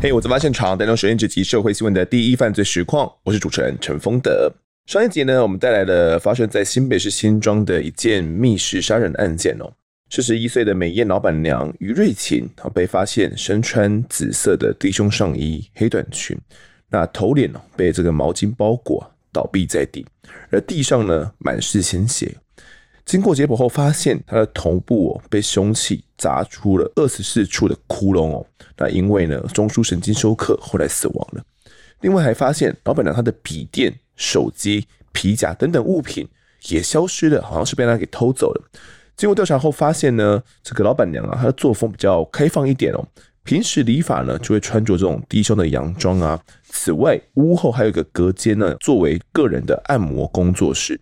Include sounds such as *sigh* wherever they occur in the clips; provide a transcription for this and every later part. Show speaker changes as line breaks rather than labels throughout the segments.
嘿、我在发现场带您首映这集社会新闻的第一犯罪实况，我是主持人陈峰德。上一集呢，我们带来了发生在新北市新庄的一件密室杀人案件哦。四十一岁的美艳老板娘于瑞琴，她被发现身穿紫色的低胸上衣、黑短裙，那头脸哦被这个毛巾包裹，倒毙在地，而地上呢满是鲜血。经过解剖后，发现他的头部哦被凶器砸出了二十四处的窟窿哦。那因为呢中枢神经休克，后来死亡了。另外还发现老板娘她的笔电、手机、皮夹等等物品也消失了，好像是被他给偷走了。经过调查后发现呢，这个老板娘啊，她的作风比较开放一点哦。平时理发呢，就会穿着这种低胸的洋装啊。此外，屋后还有一个隔间呢，作为个人的按摩工作室。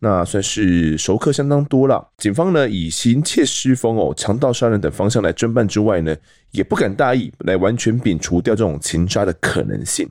那算是熟客相当多了。警方呢以行窃失风哦、强盗杀人等方向来侦办之外呢，也不敢大意来完全摒除掉这种情杀的可能性。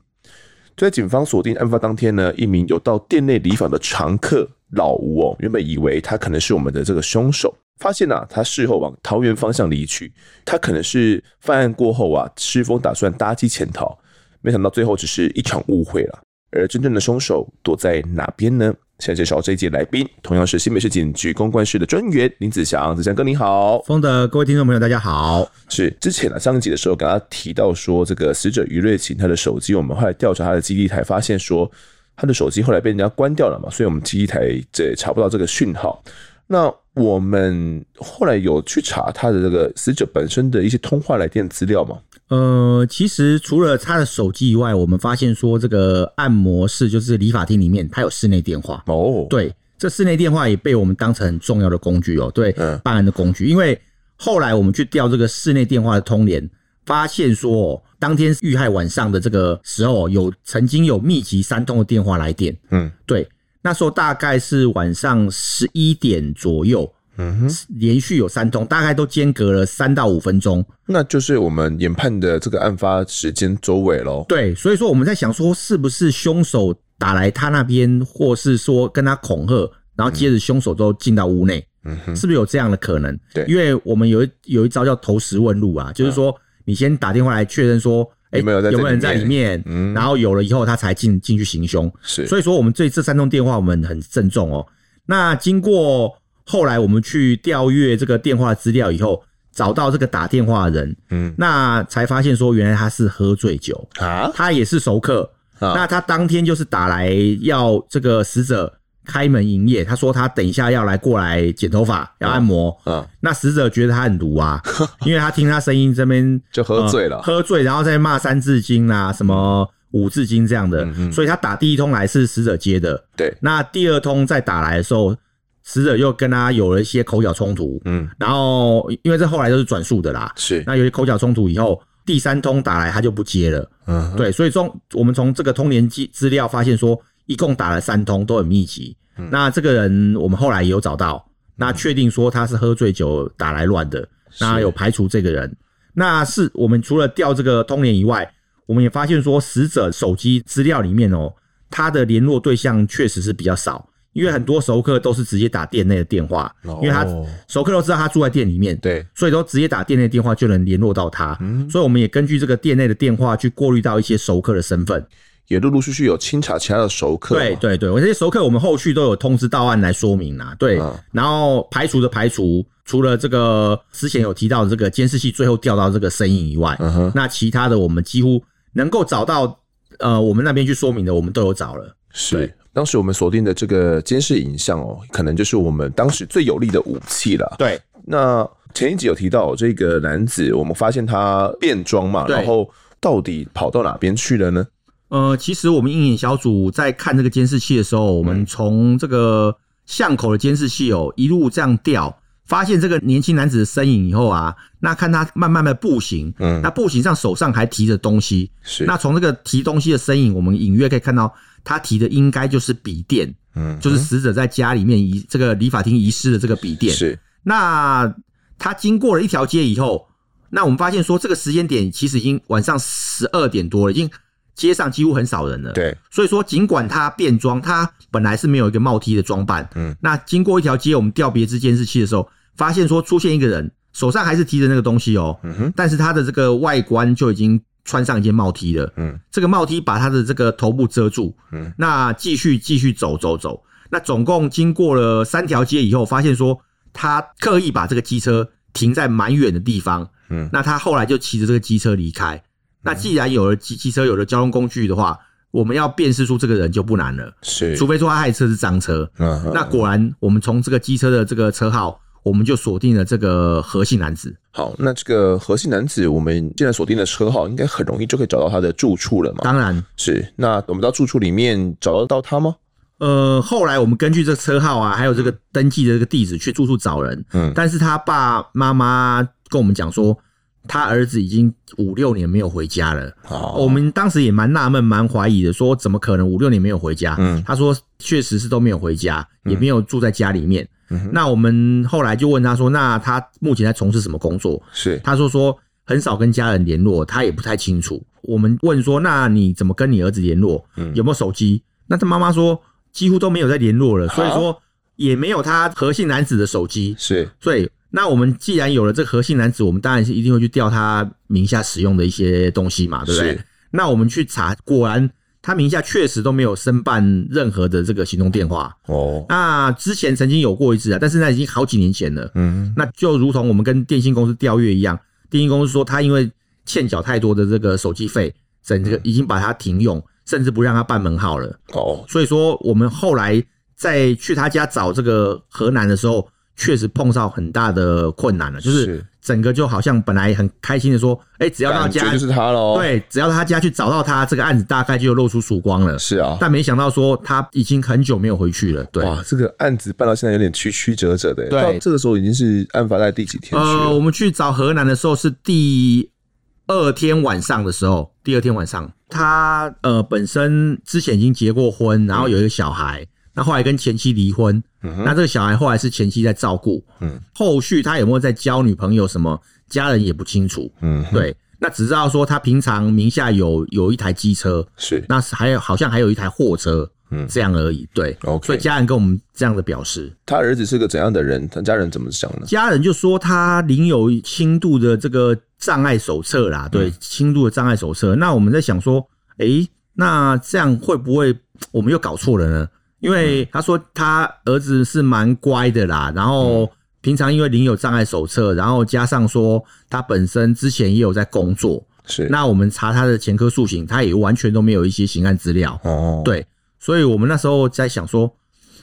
就在警方锁定案发当天呢，一名有到店内理发的常客老吴哦，原本以为他可能是我们的这个凶手，发现啊，他事后往桃园方向离去，他可能是犯案过后啊，失风打算搭机潜逃，没想到最后只是一场误会了。而真正的凶手躲在哪边呢？现在介绍这一节来宾，同样是新北市警局公关室的专员林子祥，子祥哥你好。
风的各位听众朋友，大家好。
是之前呢、上一集的时候，跟他提到说，这个死者于瑞琴她的手机，我们后来调查她的基地台，发现说她的手机后来被人家关掉了嘛，所以我们基地台这也查不到这个讯号。那我们后来有去查她的这个死者本身的一些通话来电资料嘛？
呃，其实除了他的手机以外，我们发现说这个按摩室就是理发厅里面，它有室内电话。
哦，，
对，这室内电话也被我们当成很重要的工具哦，对，
嗯
办案的工具。因为后来我们去调这个室内电话的通联，发现说、哦，当天遇害晚上的这个时候哦，有曾经有密集三通的电话来电。
嗯，
对，那时候大概是晚上十一点左右，
嗯哼，
连续有三通，大概都间隔了三到五分钟。
那就是我们研判的这个案发时间周围喽。
对，所以说我们在想说，是不是凶手打来他那边，或是说跟他恐吓，然后接着凶手都进到屋内，
嗯哼，
是不是有这样的可能？
对嗯
因为我们有一有一招叫投石问路啊，就是说你先打电话来确认说，哎、
有没有在这
人
里面
在里面，
嗯
然后有了以后他才进进去行凶。
是，
所以说我们对这三通电话我们很慎重哦。那经过后来我们去调阅这个电话资料以后，找到这个打电话的人，
嗯
那才发现说原来他是喝醉酒，
啊，
他也是熟客。
啊
那他当天就是打来要这个死者开门营业，他说他等一下要来过来剪头发，要按摩。
啊，
那死者觉得他很毒
*laughs*
啊，因为他听他声音这边
就喝醉了
呃喝醉然后再骂三字经啦、什么五字经这样的，
嗯嗯
所以他打第一通来是死者接的，
对，
那第二通再打来的时候，死者又跟他有了一些口角冲突，
嗯，
然后因为这后来都是转述的啦，
是，
那有些口角冲突以后，第三通打来他就不接了，
嗯哼，
对，所以从我们从这个通联记资料发现说，一共打了三通，都很密集。
嗯
那这个人我们后来也有找到，那确定说他是喝醉酒打来乱的，那有排除这个人。那是我们除了调这个通联以外，我们也发现说死者手机资料里面哦，他的联络对象确实是比较少，因为很多熟客都是直接打店内的电话，
哦
因为他熟客都知道他住在店里面，
对，
所以都直接打店内电话就能联络到他。
嗯
所以我们也根据这个店内的电话去过滤到一些熟客的身份。
也陆陆续续有清查其他的熟客嘛，
对对对，我这些熟客我们后续都有通知到案来说明啦。对，
嗯
然后排除的排除，除了这个之前有提到的这个监视器最后调到这个身影以外，
嗯哼，
那其他的我们几乎能够找到，呃，我们那边去说明的，我们都有找了。
是
对。
当时我们锁定的这个监视影像哦，可能就是我们当时最有力的武器了。
对，
那前一集有提到这个男子，我们发现他变装嘛，
对
然后到底跑到哪边去了呢？
呃，其实我们鹰眼小组在看这个监视器的时候，我们从这个巷口的监视器哦一路这样调，发现这个年轻男子的身影以后啊，那看他慢慢的步行，
嗯
那步行上手上还提着东西，
是，
那从这个提东西的身影，我们隐约可以看到他提的应该就是笔电，
嗯，
就是死者在家里面遗这个理发厅遗失的这个笔电，
是
那他经过了一条街以后，那我们发现说这个时间点其实已经晚上十二点多了，已经街上几乎很少人了。，
对，
所以说尽管他变装，他本来是没有一个帽 T 的装扮，
嗯，
那经过一条街，我们调别之监视器的时候，发现说出现一个人手上还是提着那个东西哦，
嗯哼，
但是他的这个外观就已经穿上一件帽 T 的，
嗯，
这个帽 T 把他的这个头部遮住，
嗯，
那继续继续走走走，那总共经过了三条街以后，发现说他刻意把这个机车停在蛮远的地方，
嗯
那他后来就骑着这个机车离开。那既然有了机机车，有了交通工具的话，我们要辨识出这个人就不难了，
是，
除非说他开的车是赃车，
嗯嗯
那果然，我们从这个机车的这个车号，我们就锁定了这个何姓男子。
好，那这个何姓男子，我们现在锁定的车号，应该很容易就可以找到他的住处了嘛？
当然，
是，那我们到住处里面找得到他吗？
呃，后来我们根据这个车号啊，还有这个登记的这个地址去住处找人。
嗯
但是他爸妈妈跟我们讲说，他儿子已经五六年没有回家了。
好，
我们当时也蛮纳闷、蛮怀疑的，说怎么可能五六年没有回家？
嗯
他说确实是都没有回家，也没有住在家里面。
嗯哼
那我们后来就问他说，那他目前在从事什么工作？
是，
他说说很少跟家人联络，他也不太清楚。我们问说，那你怎么跟你儿子联络？
嗯
有没有手机？那他妈妈说几乎都没有在联络了，
啊
所以说也没有他何姓男子的手机。
是，
所以，那我们既然有了这个何姓男子，我们当然是一定会去调他名下使用的一些东西嘛，对不对
是？
那我们去查，果然他名下确实都没有申办任何的这个行动电话。
哦，
那之前曾经有过一次啊，但是那已经好几年前了。
嗯，
那就如同我们跟电信公司调阅一样，电信公司说他因为欠缴太多的这个手机费，整这个已经把它停用，甚至不让他办门号了。
哦，
所以说，我们后来在去他家找这个河南的时候，确实碰到很大的困难了，就是
是
整个就好像本来很开心的说，哎、只要到
感
家
觉，就是他喽。，
对，只要到他家去找到他，这个案子大概就露出曙光了。
是啊。
但没想到说他已经很久没有回去了，对。
哇，这个案子办到现在有点曲曲折折的。
对
到这个时候已经是案发在第几天去
呃，我
了？
们去找河南的时候是第二天晚上的时候，第二天晚上，他呃本身之前已经结过婚，然后有一个小孩，那后来跟前妻离婚，那这个小孩后来是前妻在照顾，
嗯
嗯，后续他有没有在交女朋友什么，家人也不清楚，
嗯，
对，那只知道说他平常名下有有一台机车，
是
那是还有好像还有一台货车，
嗯
嗯，这样而已，对
OK
所以家人跟我们这样的表示，
他儿子是个怎样的人？他家人怎么想呢？
家人就说他领有轻度的这个障碍手册啦，对，轻度的障碍手册。那我们在想说，诶、那这样会不会我们又搞错了呢？因为他说他儿子是蛮乖的啦，然后平常因为领有障碍手册，然后加上说他本身之前也有在工作，
是
那我们查他的前科塑形，他也完全都没有一些刑案资料。
哦，
对，所以我们那时候在想说，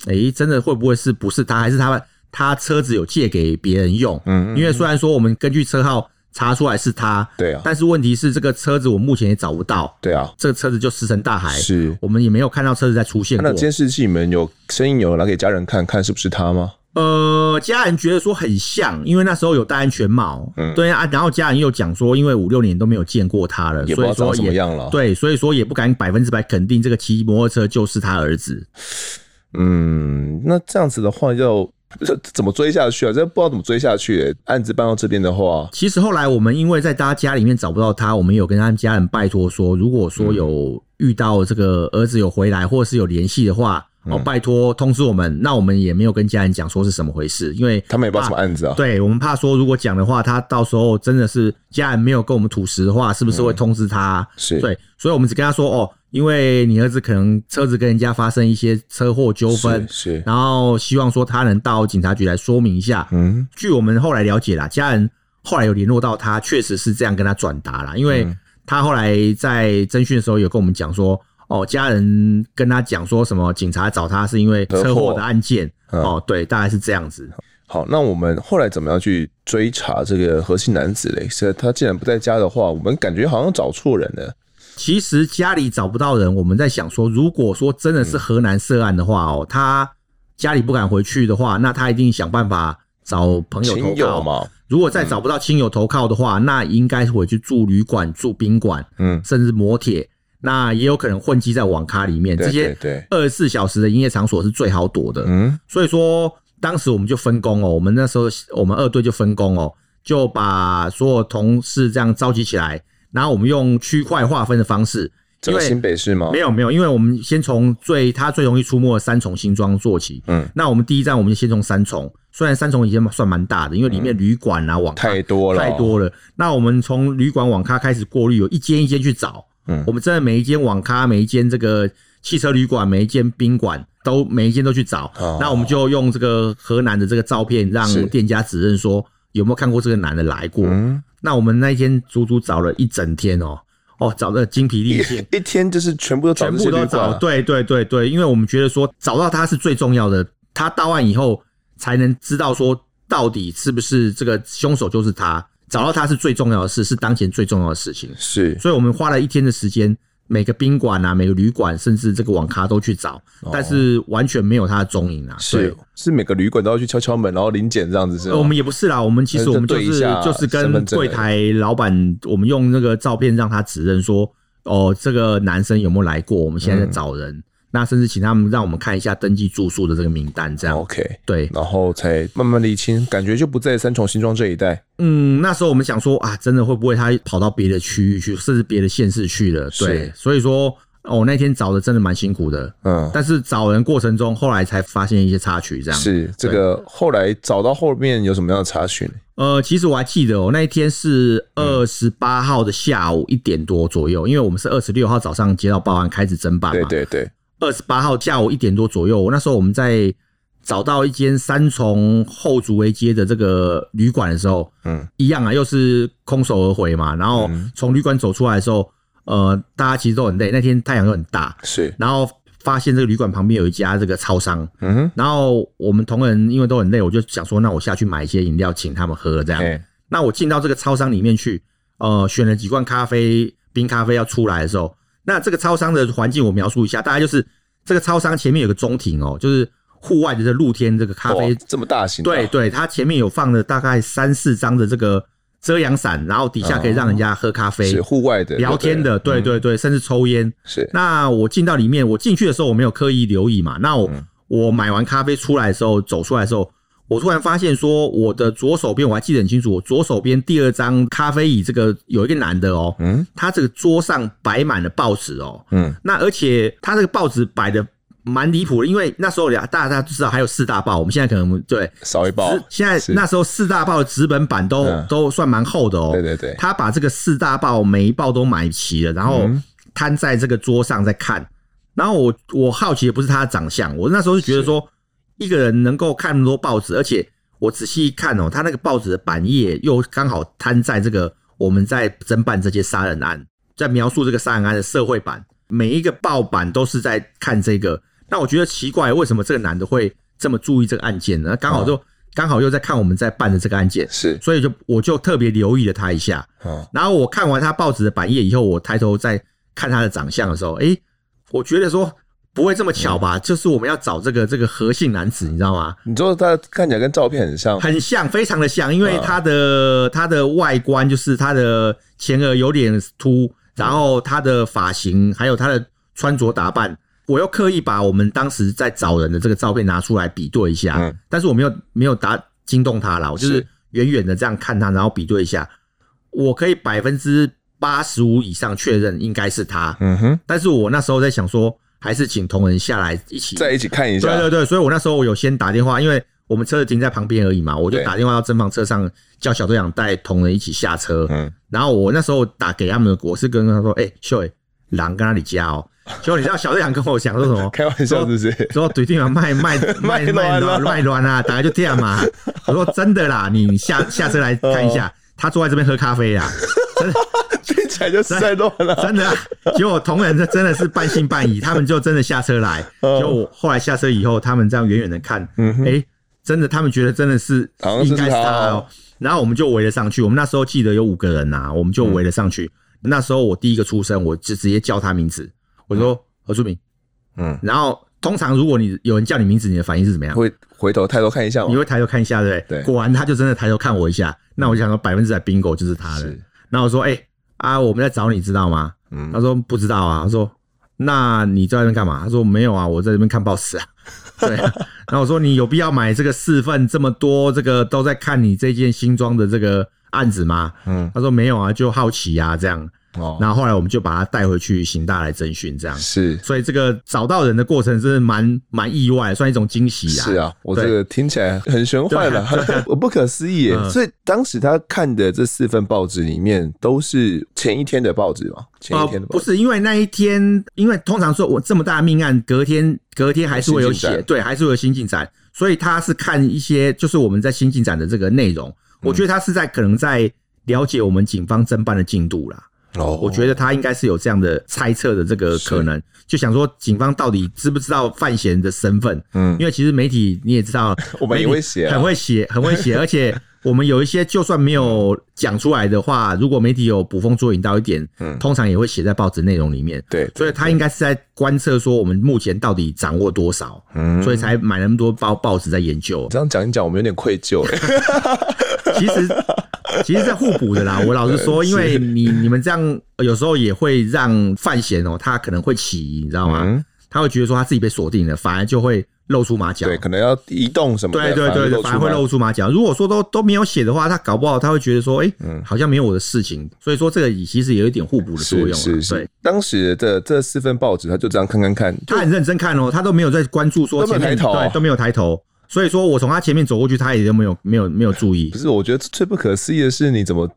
诶、真的会不会是不是他，还是他他车子有借给别人用？
嗯，嗯，
因为虽然说我们根据车号查出来是他，
对啊，
但是问题是这个车子我目前也找不到，
对啊，
这个车子就石沉大海，
是。
我们也没有看到车子再出现
那
哎过。
监视器你们有声音有拿给家人看看是不是他吗？
呃，家人觉得说很像，因为那时候有戴安全帽，
嗯
对啊，然后家人又讲说，因为五六年都没有见过他了，
也不知
所
道
以
长
说
什么
也。
样了。，
对，所以说也不敢百分之百肯定这个骑摩托车就是他儿子。
嗯，那这样子的话要这怎么追下去啊？这不知道怎么追下去、案子办到这边的话，
其实后来我们因为在大家家里面找不到他，我们有跟他们家人拜托说，如果说有遇到这个儿子有回来或是有联系的话，
嗯
哦，拜托通知我们。那我们也没有跟家人讲说是什么回事，因为
他们也不知道什么案子啊。
对我们怕说如果讲的话，他到时候真的是家人没有跟我们吐实的话，是不是会通知他？
嗯是
对，所以我们只跟他说哦，因为你儿子可能车子跟人家发生一些车祸纠纷
是，是，
然后希望说他能到警察局来说明一下。
嗯，
据我们后来了解啦，家人后来有联络到他，确实是这样跟他转达啦，因为
嗯
他后来在侦讯的时候有跟我们讲说，哦，家人跟他讲说什么警察找他是因为车祸的案件，
嗯
哦，对，大概是这样子。
好，那我们后来怎么样去追查这个何姓男子嘞？是他既然不在家的话，我们感觉好像找错人了。
其实家里找不到人，我们在想说，如果说真的是
嗯
河南涉案的话哦，他家里不敢回去的话，那他一定想办法找朋友投
亲
靠
友。嘛，嗯
如果再找不到亲友投靠的话，那应该回去住旅馆、住宾馆，
嗯，
甚至摩铁，那也有可能混迹在网咖里面，
对
这
对
些
对，
二十四小时的营业场所是最好躲的。
嗯，
所以说，当时我们就分工哦，我们那时候我们二队就分工哦，就把所有同事这样召集起来，然后我们用区块划分的方式，
整个
因为
新北市吗？
没有没有，因为我们先从最它最容易出没的三重新庄做起。
嗯
嗯，那我们第一站我们就先从三重，虽然三重已经算蛮大的，因为里
嗯
面旅馆啊、网咖
太多了，
太多了。那我们从旅馆网咖开始过滤，有一间一间去找。
嗯
我们真的每一间网咖、每一间这个汽车旅馆、每一间宾馆都每一间都去找。
哦
那我们就用这个河南的这个照片，让
是
店家指认说有没有看过这个男的来过。
嗯，
那我们那一天足足找了一整天哦，哦，找的精疲力尽。
一一天就是全部都找
全
这些
部都
旅
找，
馆，，啊
对对对对，因为我们觉得说找到他是最重要的，他到案以后才能知道说到底是不是这个凶手就是他，找到他是最重要的事，是当前最重要的事情。
是
所以我们花了一天的时间，每个宾馆啊，每个旅馆，甚至这个网咖都去找，但是完全没有他的踪影啊。
哦是是每个旅馆都要去敲敲门，然后临检这样子是
对。
吗，
呃我们也不是啦，我们其实
呃
我们就
啊对一
是
下
就是
身
跟
份证
柜台老板，我们用那个照片让他指认说，哦，这个男生有没有来过？我们现在在找
嗯
人，那甚至请他们让我们看一下登记住宿的这个名单，这样、
OK，
对。
然后才慢慢理清，感觉就不在三重新庄这一带，
嗯，那时候我们想说啊，真的会不会他跑到别的区域去，甚至别的县市去了？对
是，
所以说哦，那天找的真的蛮辛苦的。
嗯。
但是找人过程中，后来才发现一些插曲，这样。
是这个后来找到后面有什么样的查询？
呃，其实我还记得哦，那一天是
嗯
二十八号的下午一点多左右，因为我们是二十六号早上接到报案开始侦办
对
嘛。
对对，
二十八号下午一点多左右，那时候我们在找到一间三重后竹围街的这个旅馆的时候，
嗯，
一样啊，又是空手而回嘛。然后从旅馆走出来的时候，呃，大家其实都很累，那天太阳又很大，
是，
然后发现这个旅馆旁边有一家这个超商，
嗯哼，
然后我们同仁因为都很累，我就想说，那我下去买一些饮料请他们喝这样。
哎，
那我进到这个超商里面去，呃，选了几罐咖啡，冰咖啡要出来的时候，那这个超商的环境我描述一下，大概就是这个超商前面有个中庭哦，就是户外的这露天这个咖
哇
啡，
这么大型的啊，
对对，它前面有放了大概三四张的这个遮阳伞，然后底下可以让人家喝咖啡
是、户外的
聊天的，
对
对
不对，
对对，甚至抽烟。
嗯是
那我进到里面，我进去的时候我没有刻意留意嘛。那我、
嗯
我买完咖啡出来的时候，走出来的时候，我突然发现说，我的左手边我还记得很清楚，我左手边第二张咖啡椅这个有一个男的哦，
嗯
他这个桌上摆满了报纸哦，
嗯，
那而且他这个报纸摆的蛮离谱的，因为那时候大家大家都知道还有四大报，我们现在可能对。
少一包
只，现在
哦是
那时候四大报的纸本版都、
嗯
都算蛮厚的哦，
对对对，
他把这个四大报每一报都买齐了，然后摊在这个桌上在看。然后我我好奇的不是他的长相，我那时候就觉得说，一个人能够看那么多报纸，而且我仔细一看哦，他那个报纸的版页又刚好摊在这个我们在侦办这些杀人案，在描述这个杀人案的社会版，每一个报版都是在看这个。那我觉得奇怪，为什么这个男的会这么注意这个案件呢？刚好就刚好又在看我们在办的这个案件，
是，
所以就我就特别留意了他一下。
嗯，
然后我看完他报纸的版页以后，我抬头再看他的长相的时候，诶，我觉得说不会这么巧吧？就是我们要找这个这个何姓男子，你知道吗？
你说他看起来跟照片很像，
很像，非常的像，因为
啊
他的、他的外观就是他的前额有点凸，然后他的发型还有他的穿着打扮，我又刻意把我们当时在找人的这个照片拿出来比对一下，
嗯
但是我没有没有打惊动他啦，我就是
是
远远的这样看他，然后比对一下，我可以百分之八十五以上确认应该是他，
嗯哼，
但是我那时候在想说，还是请同仁下来一起
在一起看一下，
对对对，所以我那时候我有先打电话，因为我们车子停在旁边而已嘛，我就
对
打电话到侦防车上，叫小队长带同仁一起下车。
嗯，
然后我那时候打给他们，我是跟他说：“哎、秀伟，狼跟他你家哦。” *laughs* 结果你知道小队长跟我讲说
*laughs*
什么？
开玩笑是不是？ *laughs*
说对对嘛，卖卖
卖
卖卖
乱啊
乱卖乱啊，大概就这样嘛。我说真的啦，你下 *laughs* 下车来看一
哦
下，他坐在这边喝咖
*laughs*
啡啦，
听起来就是在乱了，
真的啊。结果同仁这真的是半信半疑，他们就真的下车来。
嗯
结果我后来下车以后，他们这样远远的看，
嗯哼，
哎、真的，他们觉得真的是
好像是
应该是
他
他
哦
哦。然后我们就围了上去，我们那时候记得有五个人呐、我们就围了上去。那时候我第一个出声，我就直接叫他名字，我说何淑敏。
嗯，
然后通常如果你有人叫你名字，你的反应是怎么样？
会回头抬头看一下
你
吗？
会抬头看一下，对不对？
对
果然他就真的抬头看我一下。那我就想说百分之百 bingo 就是他了。
是，
然后我说，哎、啊，我们在找你，知道吗？
嗯
他说不知道啊。他说那你在那边干嘛？他说没有啊，我在这边看报纸啊。对啊，然后我说你有必要买这个四份这么多，这个都在看你这件新装的这个案子吗？
嗯，
他说没有啊，就好奇啊这样。
哦
然后后来我们就把他带回去刑大来侦讯，这样。
是
所以这个找到人的过程真的蛮蛮意外，算一种惊喜啊。
是啊，我
对
这个听起来很玄幻了， *laughs* 我不可思议耶。
嗯
所以当时他看的这四份报纸里面，都是前一天的报纸嘛？前
哦
一天的，报
不
纸、
是因为那一天，因为通常说我这么大的命案，隔天隔天还是会有
新进
写，
展
对，还是会有新进展，所以他是看一些就是我们在新进展的这个内
嗯
容，我觉得他是在可能在了解我们警方侦办的进度啦，
哦，
我觉得他应该是有这样的猜测的这个可能，就想说警方到底知不知道范闲的身份，
嗯
因为其实媒体你也知道
*laughs* ，我们也
媒体
会写啊
很会写，很会
*laughs*
写，而且我们有一些就算没有讲出来的话，如果媒体有捕风捉影到一点，
嗯
通常也会写在报纸内容里面。
对，
所以他应该是在观测说我们目前到底掌握多少，
嗯
所以才买那么多报报纸在研究
*laughs* 你。这样讲一讲，我们有点愧疚耶。
*laughs* 其实其实是互补的啦。我老实说，
是
因为你你们这样有时候也会让范闲哦，他可能会起疑，你知道吗？
嗯
他会觉得说他自己被锁定了，反而就会露出马脚。
对，可能要移动什么
对
的，
对对对，
出
反而会
来
露出马脚。如果说都都没有写的话，他搞不好他会觉得说，哎、
嗯
好像没有我的事情。所以说这个其实也有一点互补的作用
是
啊。
是
对
是，，当时的这四份报纸，他就这样看看看，就
他很认真看哦，他都没有在关注说
都没有
前面
抬头
对都没有抬头。所以说我从他前面走过去，他也都没有没有没有注意
不。是，我觉得最不可思议的是，你怎么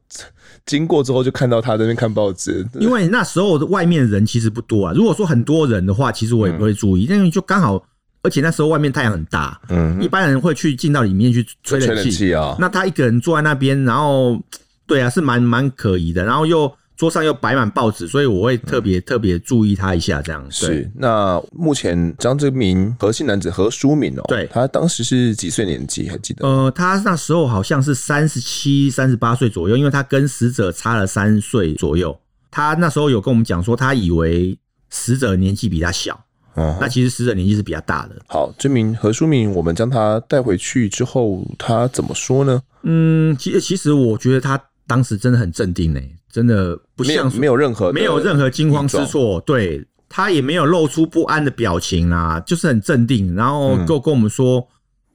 经过之后就看到他在那边看报纸？
因为那时候的外面人其实不多啊。如果说很多人的话，其实
嗯
我也不会注意，因为就刚好，而且那时候外面太阳很大，
嗯，
一般人会去进到里面去吹
吹
冷
冷
气。
气啊，
那他一个人坐在那边，然后对啊，是蛮蛮可疑的。然后又桌上又摆满报纸，所以我会特别、特别注意他一下，这样对。
是。那目前张志明何姓男子何书敏哦，
对
他当时是几岁年纪？还记得？
呃，他那时候好像是三十七、三十八岁左右，因为他跟死者差了三岁左右。他那时候有跟我们讲说，他以为死者年纪比他小，
嗯，
那其实死者年纪是比较大的。
好，这名何书敏，我们将他带回去之后，他怎么说呢？
嗯，其其实我觉得他当时真的很镇定呢、欸真的不
没有
像
没有任何的
没有任何惊慌失措，对他也没有露出不安的表情啊，就是很镇定，然后
嗯
跟跟我们说，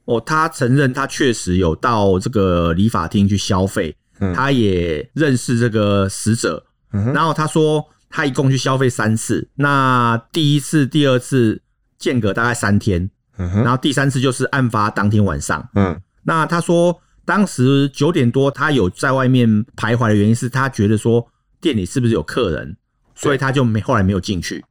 哦，他承认他确实有到这个理发厅去消费，
嗯
他也认识这个死者，
嗯哼
然后他说他一共去消费三次，那第一次、第二次间隔大概三天，
嗯哼
然后第三次就是案发当天晚上。
嗯
那他说，当时九点多，他有在外面徘徊的原因是他觉得说店里是不是有客人，所以他就没后来没有进去。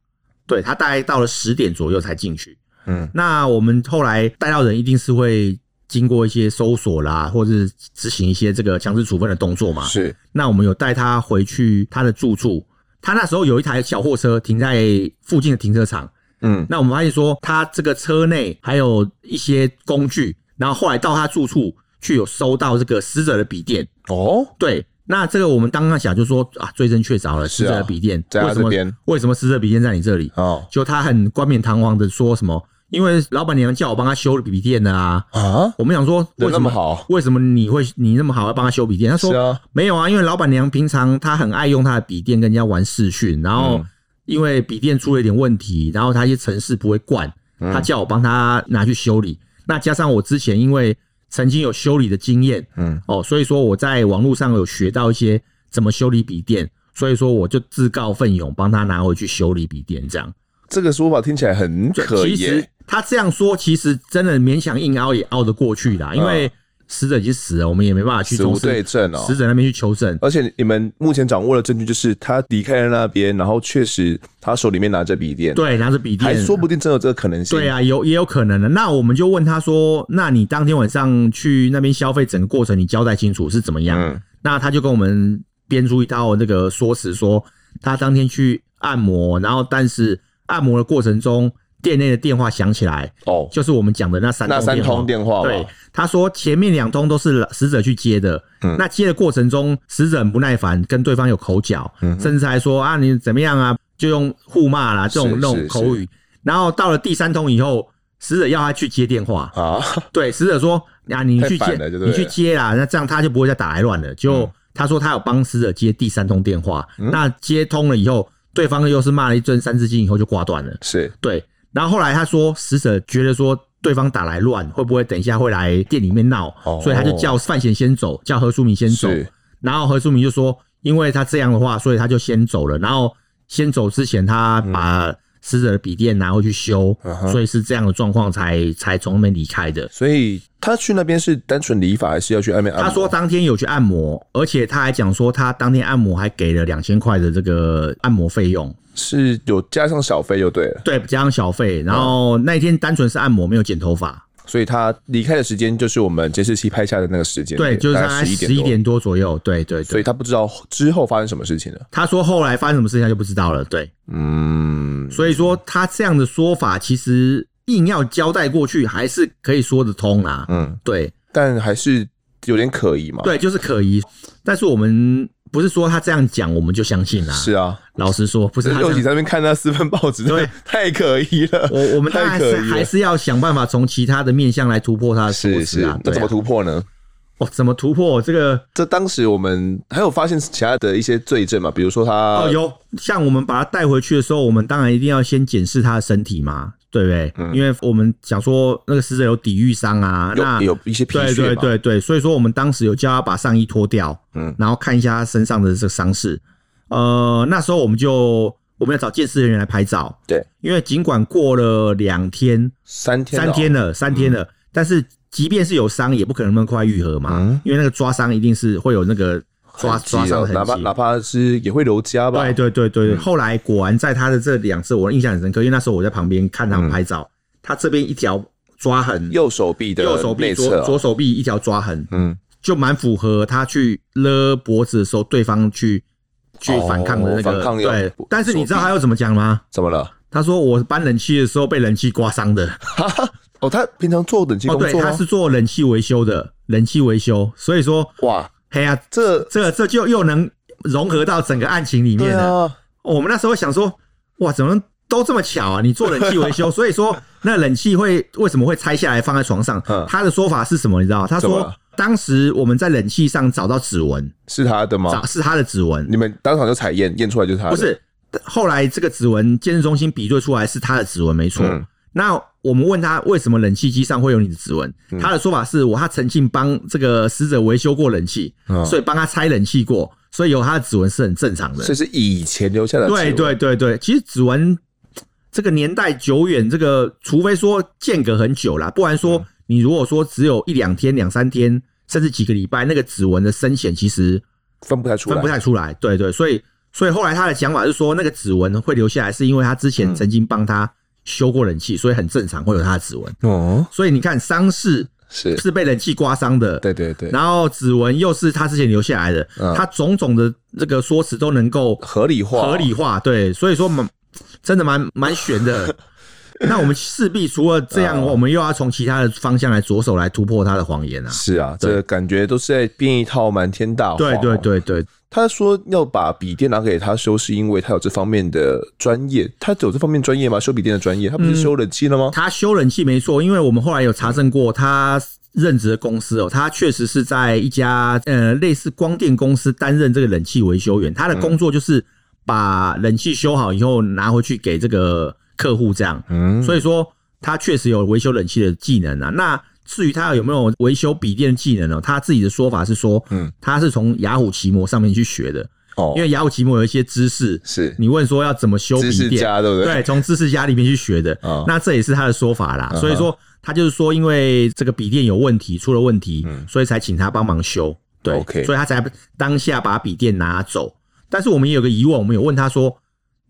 对他大概到了十点左右才进去。
嗯
那我们后来带到人一定是会经过一些搜索啦，或者是执行一些这个强制处分的动作嘛。
是
那我们有带他回去他的住处。他那时候有一台小货车停在附近的停车场，
嗯
那我们发现说，他这个车内还有一些工具，然后后来到他住处去有收到这个死者的笔电。
哦
对，那这个我们当下想就说啊，罪证确凿了，
是
死
啊
者的笔电、
在他
为什
这
么
边
为什么死者笔电在你这里？
哦
就他很冠冕堂皇的说什么，因为老板娘叫我帮他修笔电的啊。
啊，
我们想说，为
人那
什
么
么？
好，
为什么你会你那么好要帮他修笔电？他说
是啊，
没有啊，因为老板娘平常她很爱用她的笔电跟人家玩视讯，然后
嗯
因为笔电出了一点问题，然后她一些程式不会灌，
嗯
她叫我帮她拿去修理。那加上我之前因为曾经有修理的经验
嗯
哦，所以说我在网络上有学到一些怎么修理笔电，所以说我就自告奋勇帮她拿回去修理笔电，这样。
这个说法听起来很可
其
疑耶。
实他这样说，其实真的勉强硬凹也凹得过去啦，因为死者已经死了，我们也没办法去
嗯死
从
无
死
对证哦，
死者那边去求证。
而且你们目前掌握的证据就是他离开了那边，然后确实他手里面拿着笔电，，
对，拿着笔
还
电，
说不定真有这个可能性。
对，啊，有也有可能的。那我们就问他说：“那你当天晚上去那边消费，整个过程你交代清楚是怎么样？”
嗯
那他就跟我们编出一套那个说辞说，他当天去按摩，然后但是按摩的过程中，店内的电话响起来，
哦，
就是我们讲的那三
那三通电话嘛
对，他说前面两通都是死者去接的，
嗯
那接的过程中，死者很不耐烦，跟对方有口角，
嗯
甚至还说啊你怎么样啊，就用互骂啦这
是
种那
是
种口语。然后到了第三通以后，死者要他去接电话，
啊， *laughs*
对，死者说啊你
太
去接
烦了就对了
你去接啦，那这样他就不会再打来乱了。就、他说他有帮死者接第三通电话，
嗯
那接通了以后，对方又是骂了一阵三字经以后就挂断了。
是
对，然后后来他说死者觉得说对方打来乱，会不会等一下会来店里面闹，
哦
所以他就叫范闲先走，叫何书明先走。
是
然后何书明就说：“因为他这样的话，所以他就先走了。然后先走之前，他把死者的笔电拿回去修，
嗯哼
所以是这样的状况才才从那边离开的。
所以他去那边是单纯理发，还是要去外面按摩？
他说当天有去按摩，而且他还讲说他当天按摩还给了两千块的这个按摩费用，
是有加上小费就对了，
对，加上小费。然后那一天单纯是按摩，没有剪头发，
所以他离开的时间就是我们监视器拍下的那个时间点，
对，就是
大
大
概
概
十一
十一
点多。
点多左右，对对
所以
对。
他不知道之后发生什么事情了。
他说后来发生什么事情他就不知道了，对，
嗯，
所以说他这样的说法其实硬要交代过去还是可以说得通啦、
嗯，
对
但还是有点可疑嘛。，
对，就是可疑，但是我们不是说他这样讲我们就相信啦、
是啊，
老实说，不是他这
六
样
喜在那边看那四份报纸，
对，
太可疑了。
我我们当
太
然
可
是
疑
还
了。
是要想办法从其他的面向来突破他的说
是
辞
是
啊。，
那
对
怎么
啊
突破呢？
哦，怎么突破这个？
这当时我们还有发现其他的一些罪证嘛，比如说他
哦，有像我们把他带回去的时候，我们当然一定要先检视他的身体嘛，对不对？因为我们想说那个死者有抵御伤啊，那
嗯有有一些皮
对
屑
对
嘛，
对对，所以说我们当时有叫他把上衣脱掉，
嗯
嗯，然后看一下他身上的这个伤势。呃，那时候我们就我们要找鉴识人员来拍照，
对，
因为尽管过了两天，
三天啊
三
了哦嗯
天了，三天了。但是即便是有伤，也不可能那么快愈合嘛，
嗯
因为那个抓伤一定是会有那个抓
很急哦
抓伤的
哪
痕
怕
迹。
哪怕是也会留痂吧。嗯
对对对对，后来果然在他的这两次，我印象很深刻，因为那时候我在旁边看他们拍照，他这边一条抓痕，
右手臂的
右手臂
内
左
侧啊，
左手臂一条抓痕，
嗯，
就蛮符合他去勒脖子的时候，对方去去
哦
反抗的那
反
个、
抗有
对
手臂。
但是你知道他又怎么讲吗？
怎么了？
他说我搬冷气的时候被冷气刮伤的。
哦，他平常做冷气
哦，
工
对，
作
他
吗？
是做冷气维修的，冷气维修，所以说，
哇，
嘿呀、这
这
这这就又能融合到整个案情里
对
面了。
啊，
哦我们那时候想说，哇，怎么都这么巧啊？你做冷气维
*laughs*
修，所以说那冷气会为什么会拆下来放在床上
嗯？
他的说法是什么？你知道吗？他
怎么
说
了
当时我们在冷气上找到指纹，
是他的吗
找？是他的指纹，
哦你们当场就采验，验出来就是他的。
不是。后来这个指纹鉴识中心比对出来是他的指纹，没错。
嗯
那我们问他为什么冷气机上会有你的指纹，
嗯
他的说法是我他曾经帮这个死者维修过冷气，
嗯
所以帮他拆冷气过，所以有他的指纹是很正常的
所。以是以前留下的指纹。
对对对对，其实指纹这个年代久远，这个除非说间隔很久啦，不然
嗯
说你如果说只有一两天、两三天，甚至几个礼拜，那个指纹的深浅其实
分不太出来，
分不太出来。对
嗯
对，所以所以后来他的讲法是说，那个指纹会留下来，是因为他之前曾经帮他修过冷气，所以很正常会有他的指纹。
哦，
所以你看，伤势
是，
是被冷气刮伤的，
对对对，
然后指纹又是他之前留下来的，
嗯
他种种的这个说辞都能够
合理化，
合理化，对，所以说蛮真的蛮蛮悬
*laughs*
的。那我们势必除了这样，
啊
我们又要从其他的方向来着手来突破他的谎言啊！
是啊，这感觉都是在编一套瞒天大话。
对对，对对，
他说要把笔电拿给他修，是因为他有这方面的专业，他有这方面专业吗？修笔电的专业，他不
嗯
是修冷气了吗？
他修冷气没错，因为我们后来有查证过，他任职的公司哦，他确实是在一家呃类似光电公司担任这个冷气维修员，他的工作就是把冷气修好以后拿回去给这个客户这样。
嗯，
所以说他确实有维修冷气的技能啊。那至于他有没有维修笔电的技能呢、哦他自己的说法是说，
嗯
嗯，他是从雅虎奇摩上面去学的，
哦
因，为雅虎奇摩有一些知识，
是
你问说要怎么修
知
笔
识
电，
家，对不对？
对，从知识家里面去学的。
哦
那这也是他的说法
嗯
啦。所以说他就是说，因为这个笔电有问题，出了问题，所以才请他帮忙修。对
嗯 OK
所以他才当下把笔电拿走。但是我们也有个疑问，我们有问他说。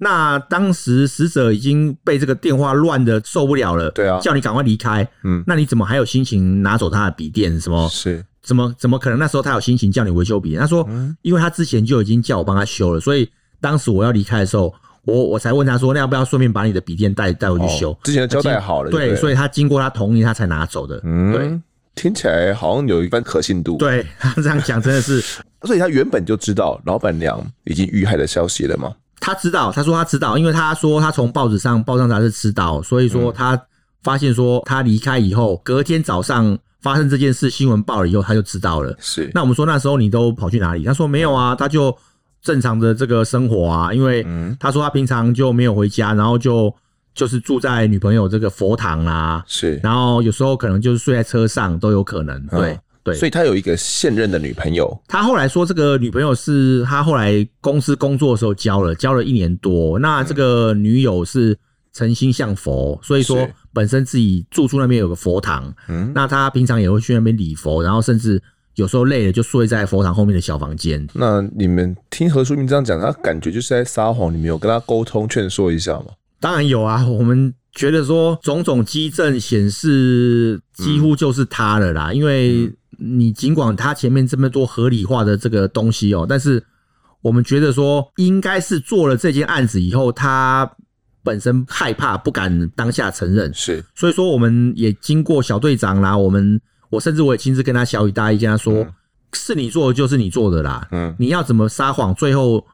那当时死者已经被这个电话乱的受不了了，
对啊
叫你赶快离开，
嗯
那你怎么还有心情拿走他的笔电？什么
是
怎么怎么可能？那时候他有心情叫你维修笔？他说，
嗯
因为他之前就已经叫我帮他修了，所以当时我要离开的时候，我我才问他说，那要不要顺便把你的笔电带带回去修
哦？之前的交代好了，
对，所
以
以他经过他同意，他才拿走的。
嗯，听起来好像有一番可信度。，
对 *laughs* 他这样讲真的是，
所以他原本就知道老板娘已经遇害的消息了嘛。
他知道，他说他知道，因为他说他从报纸上、报章杂志知道，所以
嗯
说他发现说他离开以后，隔天早上发生这件事，新闻报了以后，他就知道了。
是，
那我们说那时候你都跑去哪里？他说没有啊，他就正常的这个生活啊，因为
嗯
他说他平常就没有回家，然后就就是住在女朋友这个佛堂啊，
是
然后有时候可能就是睡在车上都有可能，对、
嗯
对
所以他有一个现任的女朋友，
他后来说，这个女朋友是他后来公司工作的时候交了，交了一年多。那
嗯
这个女友是诚心向佛，所以说
是
本身自己住处那边有个佛堂，
嗯，
那他平常也会去那边礼佛，然后甚至有时候累了就睡在佛堂后面的小房间。
那你们听何书明这样讲，他感觉就是在撒谎，你们有跟他沟通劝说一下吗？
当然有啊，我们觉得说种种基证显示几乎就是他了
嗯
啦，因为你尽管他前面这么多合理化的这个东西哦、但是我们觉得说应该是做了这件案子以后，他本身害怕不敢当下承认，
是，
所以说，我们也经过小队长啦，我们我甚至我也亲自跟他小语大意，跟他说，
嗯
是你做的就是你做的啦，
嗯，
你要怎么撒谎，最后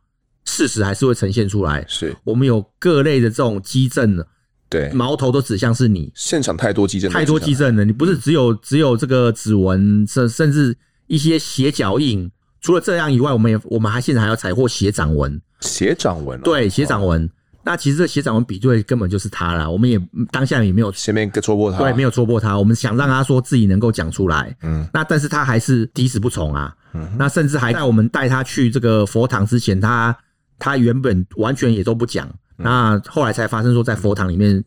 事实还是会呈现出来。
是
我们有各类的这种基证了，
对，
矛头都指向是你，
现场太多激震，
太多基
震，
证了，你不是只有只有这个指纹，甚甚至一些血脚印。除了这样以外，我们也我们还现在还要采获血掌纹，
血掌纹、哦，
对血掌纹。那其实这血掌纹比对根本就是他啦，我们也当下也没有
前面戳破他，
对，没有戳破他。我们想让他说自己能够讲出来，
嗯，
那但是他还是抵死不从啊。那甚至还在我们带他去这个佛堂之前，他他原本完全也都不讲。
嗯
那后来才发生说，在佛堂里面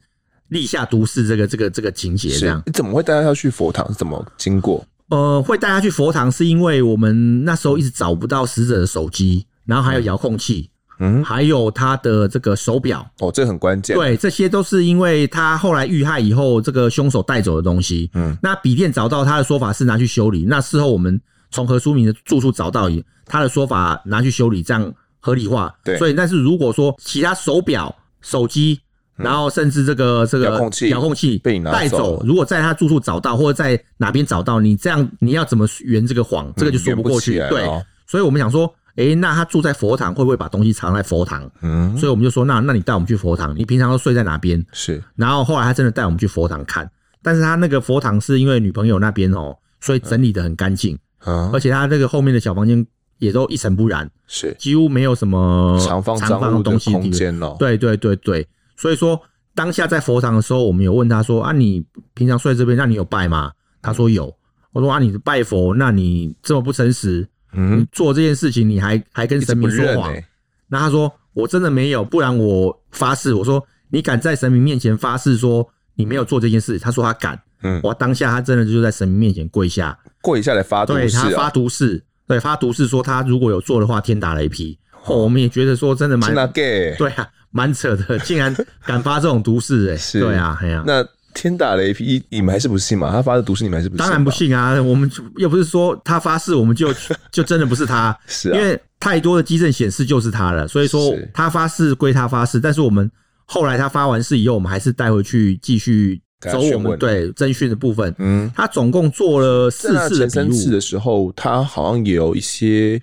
立下毒誓这个这个这个情节这样
是。，你怎么会带他要去佛堂？是怎么经过？
呃，会带他去佛堂，是因为我们那时候一直找不到死者的手机，然后还有遥控器，
嗯，
还有他的这个手表。
哦，这很关键，，
对，这些都是因为他后来遇害以后，这个凶手带走的东西。
嗯
嗯，那笔电找到他的说法是拿去修理，那事后我们从何书明的住处找到他的说法拿去修理，这样合理化。
对
所以但是如果说其他手表、手机，然后甚至这个这
嗯
个
遥控器
遥控器
被你拿
带
走
走，如果在他住处找到或者在哪边找到，你这样你要怎么圆这个谎？这个就说
圆不
过
起
去。
来
对
哦，
所以我们想说。诶，那他住在佛堂，会不会把东西藏在佛堂？
嗯，
所以我们就说，那那你带我们去佛堂，你平常都睡在哪边？
是
然后后来他真的带我们去佛堂看，但是他那个佛堂是因为女朋友那边哦，所以整理的很干净，
啊
而，且他那个后面的小房间也都一尘不染，
是
几乎没有什么
常放
藏
赃
放
物的
呃东西
空
地
间哦，，
对对对对，所以说当下在佛堂的时候，我们有问他说啊，你平常睡这边，那你有拜吗？他说有。我说啊，你拜佛，那你这么不诚实，你
嗯，
做这件事情，你还还跟
一直
神
不
明说
认
谎，
欸
那他说我真的没有，不然我发誓。我说你敢在神明面前发誓说你没有做这件事？他说他敢。
嗯
哇，当下他真的就在神明面前跪下，
跪下来发毒
对他
誓
发
啊，
毒誓，对发毒誓说他如果有做的话，天打雷劈。哦，我们也觉得说真的蛮
是那 gay，
对啊，蛮扯的，竟然敢发这种毒誓、
*laughs*
哎，
是
对啊，哎呀、
那天打雷劈，你们还是不信嘛？他发的毒誓，你们还是不信？
当然不，信啊，我们就又不是说他发誓我
*laughs*
们就就真的不是他，
是啊
因为太多的基证显示就是他了，所以说
是
他发誓归他发誓，但是我们后来他发完誓以后，我们还是带回去继续
给他
走我
讯问
们对侦讯的部分。
嗯。
他总共做了四
在
次的
前三次
笔录，
的时候，他好像也有一些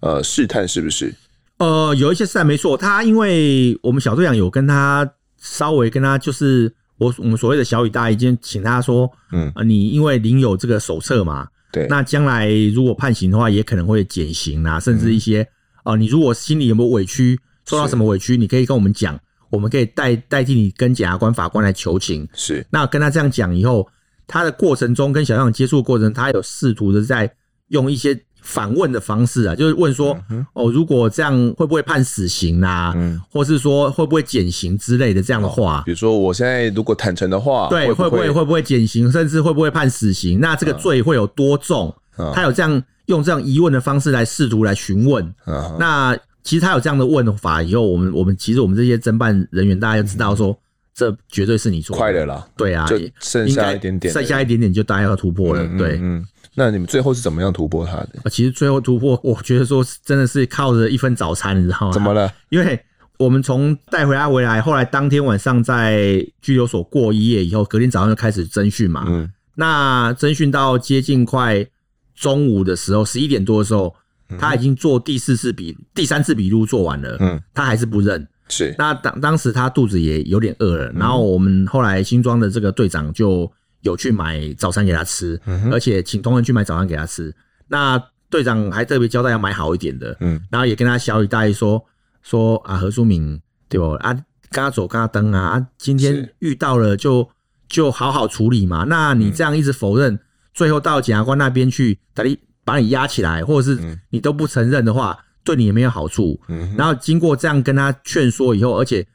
呃试探，是不是？
呃，有一些是没错，他因为我们小队长有跟他稍微跟他就是我我们所谓的小雨大已经请他说，
嗯，
啊，你因为领有这个手册嘛，
对，嗯
那将来如果判刑的话，也可能会减刑啊，甚至一些哦、呃你如果心里有没有委屈，受到
是
什么委屈，你可以跟我们讲，我们可以代代替你跟检察官、法官来求情。
是
那跟他这样讲以后，他的过程中跟小亮接触的过程，他有试图的在用一些反问的方式啊，就是问说，哦，如果这样会不会判死刑啊，
嗯
或是说会不会减刑之类的这样的话。
比如说，我现在如果坦诚的话，
啊
啊
对，
会不
会不会会不会减刑，甚至会不会判死刑？那这个罪会有多重？
嗯
他有这样用这样疑问的方式来试图来询问。
嗯
那其实他有这样的问法以后，我们我们其实我们这些侦办人员大家就知道说，这绝对是你做
嗯
的
快了啦，
对啊，
就
也
剩下一点点
应该剩下一点点就大家要突破了。
嗯
对，
嗯，嗯那你们最后是怎么样突破他的？
呃其实最后突破，我觉得说是真的是靠着一份早餐，你知道吗？
怎么了？
*laughs* 因为我们从带回他回来，后来当天晚上在拘留所过一夜以后，隔天早上就开始侦讯嘛。
嗯，
那侦讯到接近快中午的时候，十一点多的时候，他已经做第四次笔、第三次笔录做完了，
嗯，
他还是不认。
是
那当当时他肚子也有点饿了，然后我们后来新庄的这个队长就有去买早餐给他吃，而且请同仁去买早餐给他吃。那队长还特别交代要买好一点的，
嗯，
然后也跟他小雨大意说说啊何书明对不啊，跟他走跟他登啊啊，今天
是嗯
遇到了就就好好处理嘛。那你这样一直否认，最后到检察官那边去，把你把你压起来，或者是你都不承认的话，对你也没有好处。
嗯，
然后经过这样跟他劝说以后，而且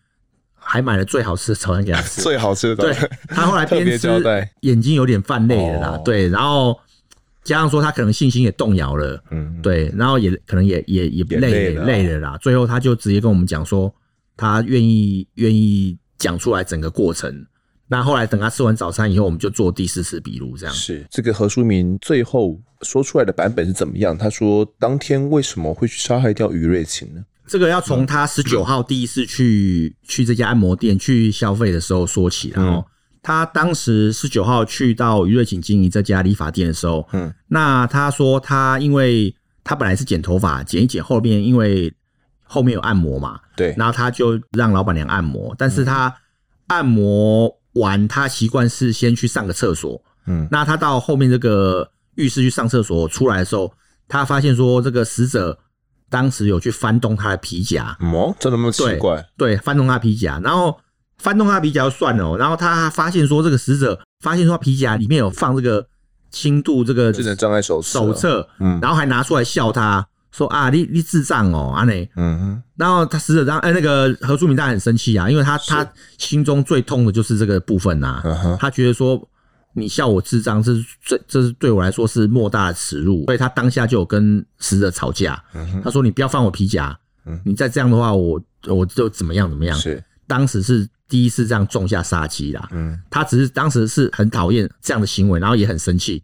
还买了最好吃的早餐给他吃。
最好吃的
对
早餐，
他后来
特
边
别
吃
交代，
眼睛有点泛泪了啦，
哦
对，然后加上说他可能信心也动摇了，
嗯，
对，然后也可能也也也
也
累
累了啊
累了啦，最后他就直接跟我们讲说，他愿意愿意讲出来整个过程。那后来等他吃完早餐以后，我们就做第四次笔录，这样
是这个何书明最后说出来的版本是怎么样？他说当天为什么会去杀害掉于瑞琴呢？
这个要从他十九号第一次去去这家按摩店去消费的时候说起
嗯
然后他当时十九号去到于瑞琴经营这家理发店的时候，
嗯，
那他说他因为他本来是剪头发，剪一剪后面因为后面有按摩嘛，
对，
然后他就让老板娘按摩，但是他按摩完，他习惯是先去上个厕所。
嗯
那他到后面这个浴室去上厕所出来的时候，他发现说这个死者当时有去翻动他的皮夹，
嗯哦，真的那么奇
对
怪？
对，翻动他的皮夹，然后翻动他的皮夹就算了哦、然后他发现说这个死者发现说他皮夹里面有放这个轻度这个
智能障碍手册，
手，册，
嗯
然后还拿出来笑他说啊，你你智障哦，啊内。
嗯哼，
然后他死者当哎，那个何书明当然很生气啊，因为他他心中最痛的就是这个部分呐、
嗯哼，
他觉得说你笑我智障，这是最这是对我来说是莫大的耻辱，所以他当下就有跟死者吵架。他说：“你不要翻我皮夹
嗯，
你再这样的话，我我就怎么样怎么样。
是，”
当时是第一次这样种下杀机啦。
嗯
他只是当时是很讨厌这样的行为，然后也很生气。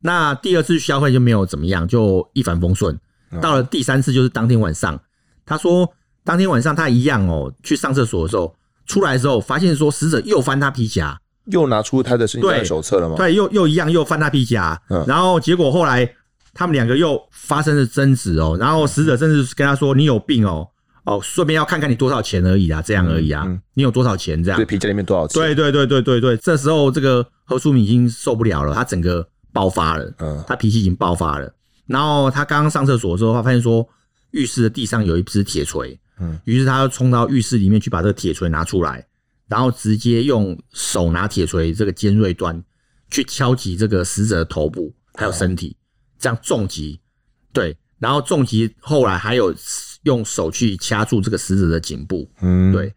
那第二次消费就没有怎么样，就一帆风顺
嗯。
到了第三次，就是当天晚上，他说当天晚上他一样哦，去上厕所的时候，出来的时候发现说死者又翻他皮夹，
又拿出他的智能障碍
对
手册了吗？
对，又又一样又翻他皮夹
哦嗯，
然后结果后来他们两个又发生了争执哦，然后死者甚至跟他说你有病哦，哦，顺便要看看你多少钱而已啊，这样而已啊，
嗯嗯
你有多少钱这样
对，，皮夹里面多少钱？
对对对对对对，这时候这个何书敏已经受不了了，他整个爆发了，
嗯，
他脾气已经爆发了。然后他刚刚上厕所的时候，他发现说浴室的地上有一只铁锤，
嗯，
于是他就冲到浴室里面去把这个铁锤拿出来，然后直接用手拿铁锤这个尖锐端去敲击这个死者的头部还有身
哦
体，这样重击，对，然后重击后来还有用手去掐住这个死者的颈部，
嗯，
对。，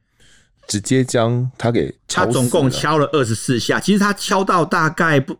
直接将他给
他
敲死
总共
了
敲了二十四下，其实他敲到大概不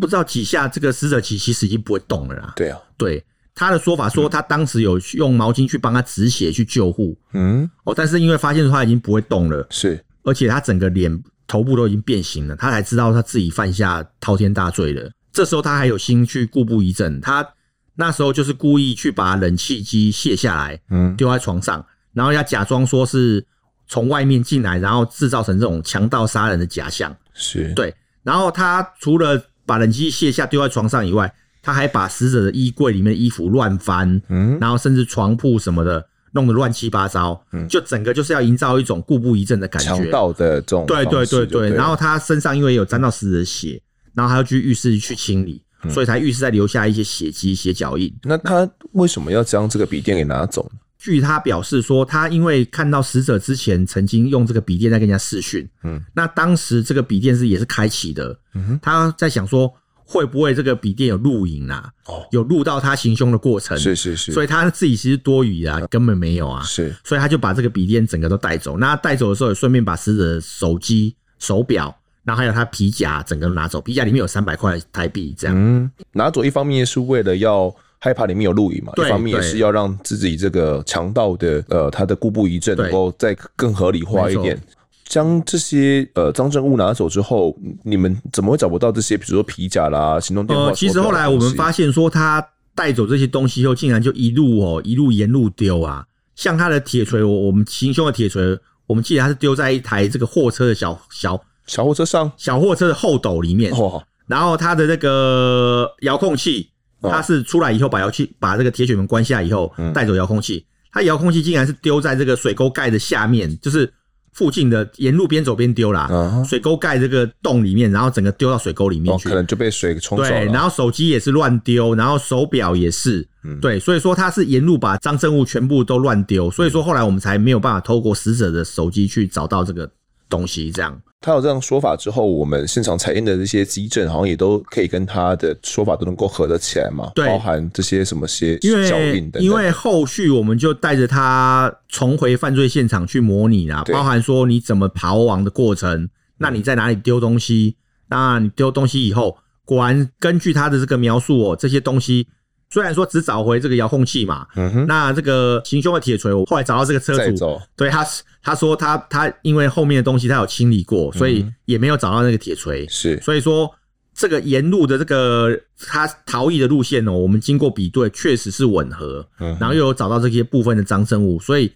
不知道几下，这个死者其其实已经不会动了啦。
对啊，
对他的说法说，他当时有去用毛巾去帮他止血去救护
嗯，
哦，但是因为发现他已经不会动了，
是，
而且他整个脸头部都已经变形了，他才知道他自己犯下滔天大罪了。这时候他还有心去故布疑阵，他那时候就是故意去把冷气机卸下来，
嗯，
丢在床上，然后要假装说是从外面进来，然后制造成这种强盗杀人的假象。
是，
对，然后他除了把冷气卸下丢在床上以外，他还把死者的衣柜里面的衣服乱翻，
嗯，
然后甚至床铺什么的弄得乱七八糟，就整个就是要营造一种固步一阵的感
嗯强
觉。
盗的这种
对对
方式就
对
对
对，
了，
然后他身上因为有沾到死者的血，然后他要去浴室去清理，
嗯
所以才浴室再留下一些血迹、血脚印。
那他为什么要将这个笔电给拿走呢？
据他表示说，他因为看到死者之前曾经用这个笔电在跟人家视讯，
嗯，
那当时这个笔电是也是开启的，
嗯哼，
他在想说会不会这个笔电有录影啊，
哦
有录到他行凶的过程，
是是是，
所以他自己其实多余啊，根本没有啊，
是，
所以他就把这个笔电整个都带走。那带走的时候也顺便把死者的手机、手表，然后还有他皮夹整个都拿走，皮夹里面有三百块台币这样，
嗯，拿走一方面是为了要。害怕里面有录影嘛？
对
一方面也
对
是要让自己这个强盗的呃他的固步一阵
对
能够再更合理化一点
没。
将这些呃赃证物拿走之后，你们怎么会找不到这些，比如说皮夹啦、行动电话手表的
呃，
东西？
其实后来我们发现说，他带走这些东西后，竟然就一路哦，一路沿路丢啊。像他的铁锤，我我们行凶的铁锤，我们记得他是丢在一台这个货车的小小
小货车上，
小货车的后斗里面。
哦，
然后他的那个遥控器，
哦嗯
他是出来以后把遥器把这个铁血门关下以后，带走遥控器。他遥控器竟然是丢在这个水沟盖的下面，就是附近的沿路边走边丢啦。
啊，
水沟盖这个洞里面，然后整个丢到水沟里面
哦，
去。
可能就被水给冲走
对，
了。
然后手机也是乱丢，然后手表也是，
嗯
对，所以说他是沿路把赃证物全部都乱丢，所以说后来我们才没有办法透过死者的手机去找到这个东西这样。
他有这样说法之后，我们现场采验的这些基证，好像也都可以跟他的说法都能够合得起来嘛。
对
包含这些什么些
因
效应
为
等等。
因为后续我们就带着他重回犯罪现场去模拟啦，
对
包含说你怎么逃亡的过程，那你在哪里丢东西？那你丢东西以后，果然根据他的这个描述哦，这些东西虽然说只找回这个遥控器嘛，
嗯哼，
那这个行凶的铁锤，我后来找到这个车
再
主，
走，
对他他说他他因为后面的东西他有清理过，所以也没有找到那个铁锤，
嗯是
所以说这个沿路的这个他逃逸的路线哦，我们经过比对，确实是吻合，
嗯哼
然后又有找到这些部分的赃证物，所以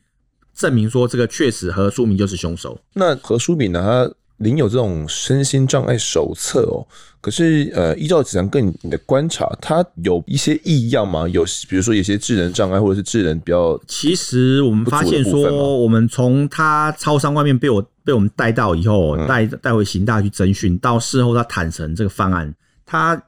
证明说这个确实何书明就是凶手。
那何书炳呢？他领有这种身心障碍手册哦，可是呃，依照子阳跟你的观察，他有一些异样吗？有，比如说有些智能障碍，或者是智能比较
其实我们发现
不足的部分吗
说，我们从他超商外面被我被我们带到以后，
嗯
带带回刑大去侦讯，到事后他坦承这个犯案，他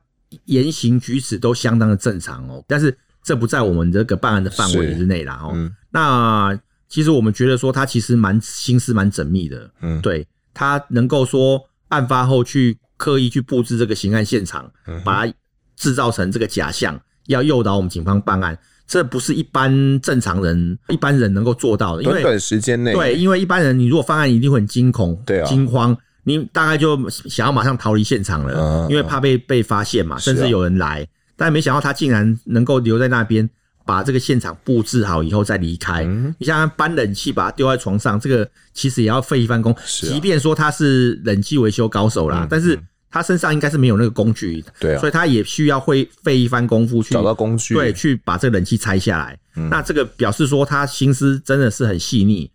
言行举止都相当的正常哦，但是这不在我们这个办案的范围
是
之内啦哦。
嗯
那其实我们觉得说他其实蛮心思蛮缜密的，
嗯
对他能够说案发后去刻意去布置这个刑案现场，
嗯哼
把它制造成这个假象，要诱导我们警方办案，这不是一般正常人、一般人能够做到的。因
短
为
短时间内，
对，因为一般人你如果犯案，一定会很惊恐、
对啊
惊慌，你大概就想要马上逃离现场了，
嗯嗯
因为怕被被发现嘛，
是啊
甚至有人来。但没想到他竟然能够留在那边，把这个现场布置好以后再离开。
嗯
你像他搬冷气把它丢在床上，这个其实也要费一番工。
是啊
即便说他是冷气维修高手啦，
嗯
但是他身上应该是没有那个工具，
对啊
所以他也需要会费一番功夫去
找到工具，嗯
对，去把这个冷气拆下来。那这个表示说他心思真的是很细腻，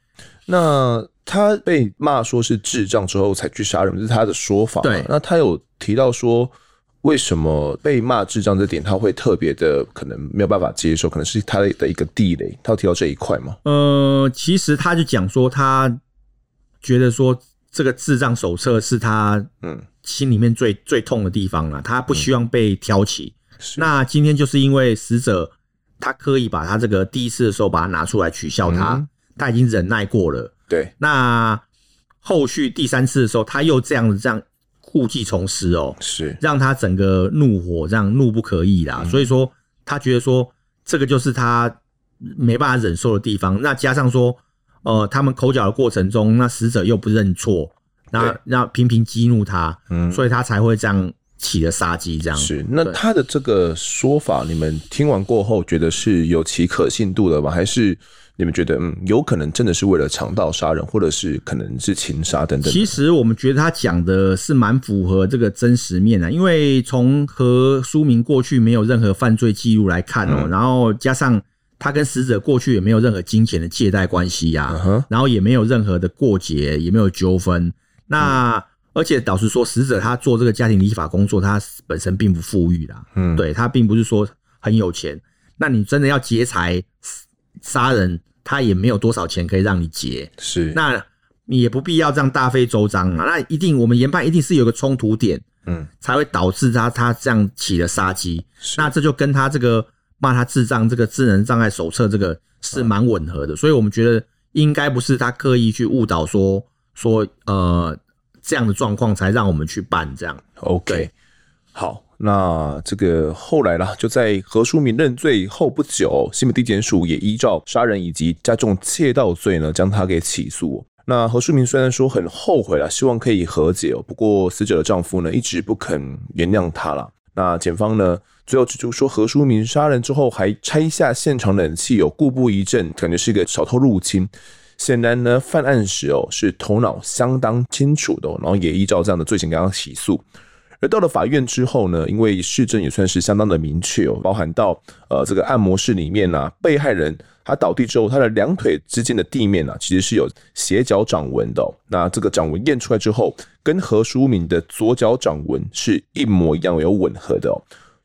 那他被骂说是智障之后才去杀人，这是他的说法嘛。
对
那他有提到说，为什么被骂智障这点他会特别的可能没有办法接受，可能是他的一个地雷。他有提到这一块吗？
呃，其实他就讲说，他觉得说这个智障手册是他
嗯
心里面最最痛的地方了，他不希望被挑起。
是
那今天就是因为死者他刻意把他这个第一次的时候把它拿出来取笑他，
嗯
他已经忍耐过了。
对，
那后续第三次的时候，他又这样子这样故技重施哦，
是
让他整个怒火这样怒不可遏
嗯
啦。所以说，他觉得说这个就是他没办法忍受的地方。那加上说，呃，他们口角的过程中，那死者又不认错，那
对
那频频激怒他，
嗯
所以他才会这样起了杀机。这样
是。那
对
他的这个说法，你们听完过后觉得是有其可信度的吗？还是你们觉得嗯，有可能真的是为了强盗杀人，或者是可能是情杀等等的？
其实我们觉得他讲的是蛮符合这个真实面的、因为从何书明过去没有任何犯罪记录来看
嗯
哦、然后加上他跟死者过去也没有任何金钱的借贷关系呀、
嗯哼，
然后也没有任何的过节，也没有纠纷。那、而且老实说，死者他做这个家庭理法工作，他本身并不富裕啦，
嗯，
对他并不是说很有钱。那你真的要劫财杀人，他也没有多少钱可以让你劫。
是。
那你也不必要这样大费周章啊。那一定，我们研判一定是有个冲突点，
嗯，
才会导致他他这样起了杀机。
是
那这就跟他这个骂他智障这个智能障碍手册这个是蛮吻合的，所以我们觉得应该不是他刻意去误导说说呃这样的状况才让我们去办这样。
OK，
对
好，那这个后来啦，就在何书明认罪后不久，新北地检署也依照杀人以及加重窃盗罪呢，将他给起诉哦。那何书明虽然说很后悔啦，希望可以和解哦，不过死者的丈夫呢一直不肯原谅他啦。那检方呢最后指出说，何书明杀人之后还拆下现场冷气，有故布疑阵，感觉是一个小偷入侵。显然呢，犯案时哦是头脑相当清楚的、哦，然后也依照这样的罪行给他起诉。而到了法院之后呢，因为市政也算是相当的明确哦，包含到呃这个按摩室里面呢、被害人他倒地之后，他的两腿之间的地面呢、啊其实是有斜角掌纹的哦、那这个掌纹验出来之后，跟何书敏的左脚掌纹是一模一样，有吻合的哦。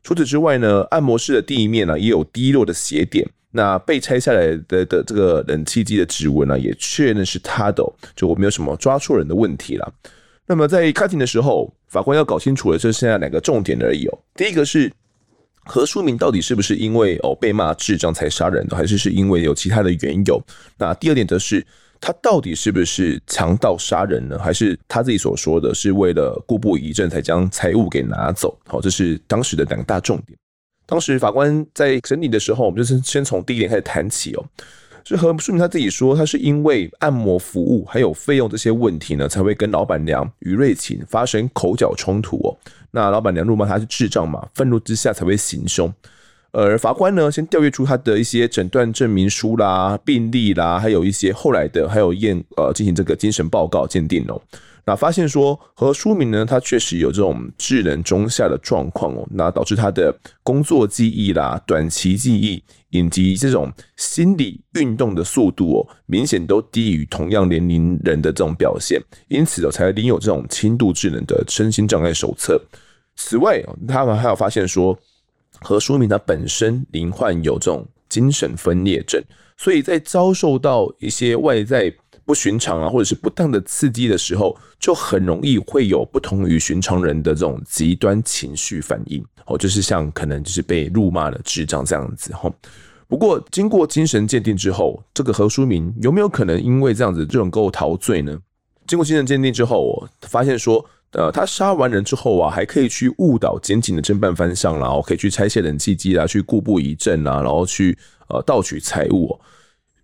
除此之外呢，按摩室的地面啊呢、也有滴落的鞋点。那被拆下来的的这个冷气机的指纹呢、也确认是他的、哦，就我没有什么抓错人的问题啦。那么在开庭的时候，法官要搞清楚的就剩下两个重点而已哦。第一个是何书明到底是不是因为哦被骂智障才杀人的，还是是因为有其他的缘由？那第二点则是他到底是不是强盗杀人呢？还是他自己所说的是为了故布疑阵才将财物给拿走？好，这是当时的两大重点。当时法官在审理的时候，我们就是先从第一点开始谈起哦。是何顺明他自己说，他是因为按摩服务还有费用这些问题呢，才会跟老板娘于瑞琴发生口角冲突哦。那老板娘怒骂他是智障嘛，愤怒之下才会行凶。而法官呢，先调阅出他的一些诊断证明书啦、病历啦，还有一些后来的，还有验呃进行这个精神报告鉴定哦。那发现说何书明呢，他确实有这种智能中下的状况哦，那导致他的工作记忆啦、短期记忆以及这种心理运动的速度哦，明显都低于同样年龄人的这种表现，因此哦才领有这种轻度智能的身心障碍手册。此外，他们还有发现说。何书明他本身罹患有这种精神分裂症，所以在遭受到一些外在不寻常啊，或者是不当的刺激的时候，就很容易会有不同于寻常人的这种极端情绪反应。哦，就是像可能就是被辱骂了智障这样子。吼，不过经过精神鉴定之后，这个何书明有没有可能因为这样子就能够陶醉呢？经过精神鉴定之后，啊我发现说。呃，他杀完人之后啊，还可以去误导检警的侦办方向啦，然后可以去拆卸冷气机啦，啊去固布疑阵啊啦，然后去呃盗取财物、哦。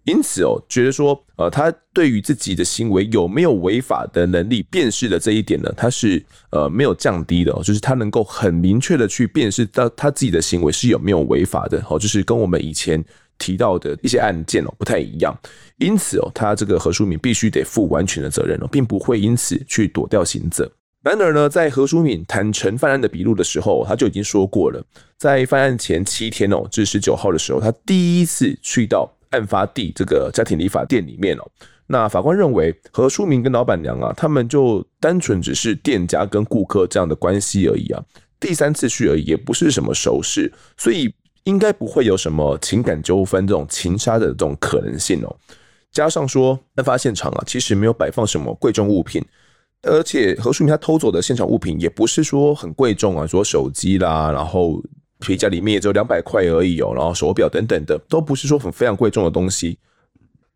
因此哦，觉得说呃，他对于自己的行为有没有违法的能力辨识的这一点呢，他是呃没有降低的、哦，就是他能够很明确的去辨识到他自己的行为是有没有违法的。哦，就是跟我们以前。提到的一些案件哦不太一样，因此哦，他这个何书敏必须得负完全的责任哦，并不会因此去躲掉刑责。然而呢，在何书敏坦诚犯案的笔录的时候，他就已经说过了，在犯案前七天哦至十九号的时候，他第一次去到案发地这个家庭理发店里面哦。那法官认为何书明跟老板娘啊，他们就单纯只是店家跟顾客这样的关系而已啊，第三次去而已，也不是什么熟识，所以。应该不会有什么情感纠纷这种情杀的这种可能性哦。加上说，案发现场啊，其实没有摆放什么贵重物品，而且何淑明他偷走的现场物品也不是说很贵重啊，说手机啦，然后皮夹里面也只有两百块而已哦，然后手表等等的，都不是说很非常贵重的东西。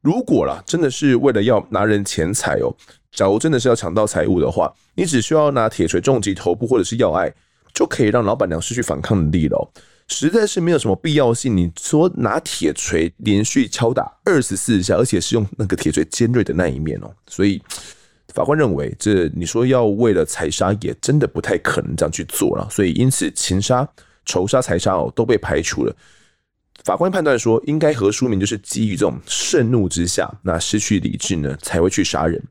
如果啦，真的是为了要拿人钱财哦，假如真的是要抢到财物的话，你只需要拿铁锤重击头部或者是要害，就可以让老板娘失去反抗能力了、哦。实在是没有什么必要性。你说拿铁锤连续敲打二十四下，而且是用那个铁锤尖锐的那一面哦，所以法官认为，这你说要为了财杀，也真的不太可能这样去做了。所以因此，情杀、仇杀、财杀哦都被排除了。法官判断说，应该何书明就是基于这种盛怒之下，那失去理智呢，才会去杀人。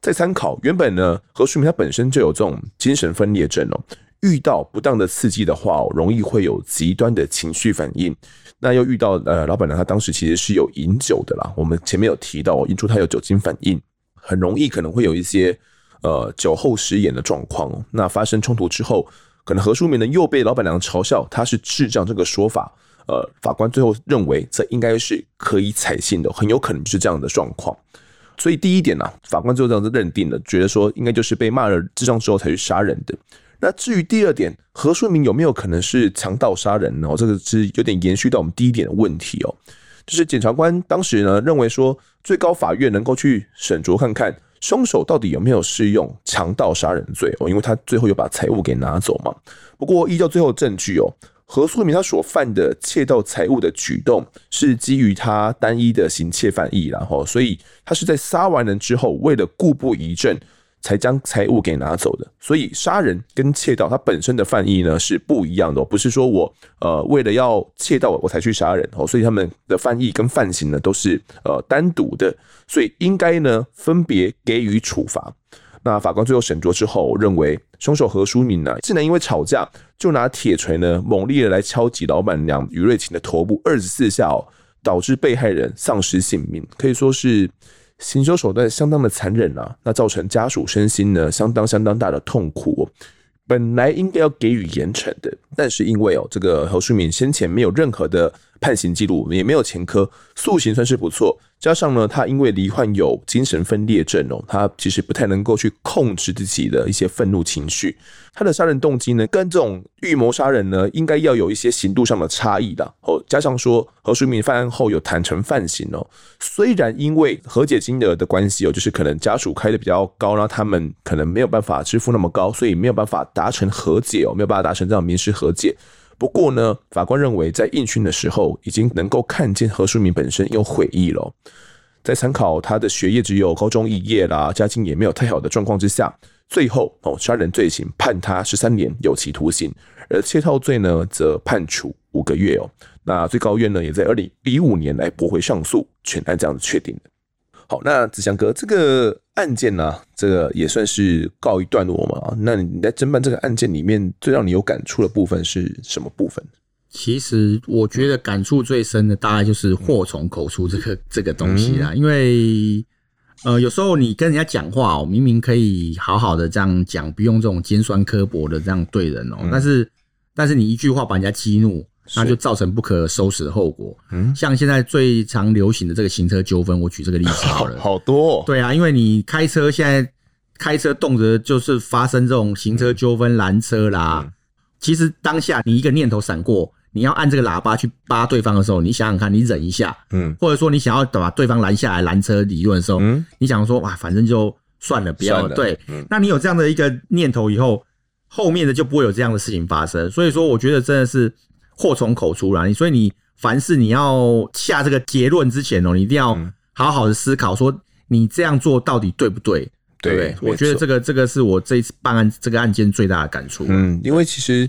再参考原本呢，何书明他本身就有这种精神分裂症哦。遇到不当的刺激的话，哦容易会有极端的情绪反应。那又遇到呃，老板娘她当时其实是有饮酒的啦。我们前面有提到，哦引出她有酒精反应，很容易可能会有一些呃酒后失言的状况。哦那发生冲突之后，可能何书明呢又被老板娘嘲笑他是智障这个说法。呃，法官最后认为这应该是可以采信的，很有可能就是这样的状况。所以第一点呢、啊，法官最后这样子认定了，觉得说应该就是被骂了智障之后才去杀人的。那至于第二点，何顺明有没有可能是强盗杀人呢？哦这个是有点延续到我们第一点的问题哦，就是检察官当时呢认为说，最高法院能够去审酌看看凶手到底有没有适用强盗杀人罪哦，因为他最后有把财物给拿走嘛。不过依照最后证据哦，何素明他所犯的窃盗财物的举动是基于他单一的行窃犯意，然后所以他是在杀完人之后，为了固步一阵。才将财物给拿走的，所以杀人跟窃盗它本身的犯意呢是不一样的、哦，不是说我呃为了要窃盗我才去杀人哦，所以他们的犯意跟犯行呢都是呃单独的，所以应该呢分别给予处罚。那法官最后审酌之后认为，凶手何书敏呢竟然因为吵架就拿铁锤呢猛烈的来敲击老板娘于瑞琴的头部二十四下哦，导致被害人丧失性命，可以说是。行凶手段相当的残忍啊，那造成家属身心呢相当相当大的痛苦、哦。本来应该要给予严惩的，但是因为哦，这个何淑敏先前没有任何的判刑记录，也没有前科，塑形算是不错。加上呢，他因为罹患有精神分裂症哦，他其实不太能够去控制自己的一些愤怒情绪。他的杀人动机呢，跟这种预谋杀人呢，应该要有一些刑度上的差异啦。哦，加上说何淑敏犯案后有坦诚犯行哦，虽然因为和解金额的关系哦，就是可能家属开的比较高，然后他们可能没有办法支付那么高，所以没有办法达成和解哦，没有办法达成这样民事和解。不过呢，法官认为在应讯的时候，已经能够看见何淑敏本身有悔意了哦。在参考他的学业只有高中肄业啦，家境也没有太好的状况之下，最后哦杀人罪行判他十三年有期徒刑，而窃盗罪呢则判处五个月哦。那最高院呢也在二零一五年来驳回上诉，全案这样子确定的。好，那子祥哥，这个案件呢、这个也算是告一段落嘛。那你在侦办这个案件里面，最让你有感触的部分是什么部分？
其实我觉得感触最深的大概就是祸从口出这
嗯
个这个东西啦，因为呃有时候你跟人家讲话哦，明明可以好好的这样讲，不用这种尖酸刻薄的这样对人哦，但是但是你一句话把人家激怒，
嗯是
那就造成不可收拾的后果。
嗯，
像现在最常流行的这个行车纠纷，我举这个例子好
好
了。
好多、哦，
对啊，因为你开车现在开车动辄就是发生这种行车纠纷、拦车啦。
嗯
其实当下你一个念头闪过，你要按这个喇叭去扒对方的时候，你想想看，你忍一下，
嗯
或者说你想要把对方拦下来拦车理论的时候，
嗯，
你想说哇，反正就算了，不要
算了
对。
嗯
那你有这样的一个念头以后，后面的就不会有这样的事情发生。所以说，我觉得真的是祸从口出啦。你所以你凡事你要下这个结论之前哦、你一定要
嗯
好好的思考，说你这样做到底对不对？不
对，
我觉
没
得
错
这个这个是我这一次办案这个案件最大的感触。
嗯，因为其实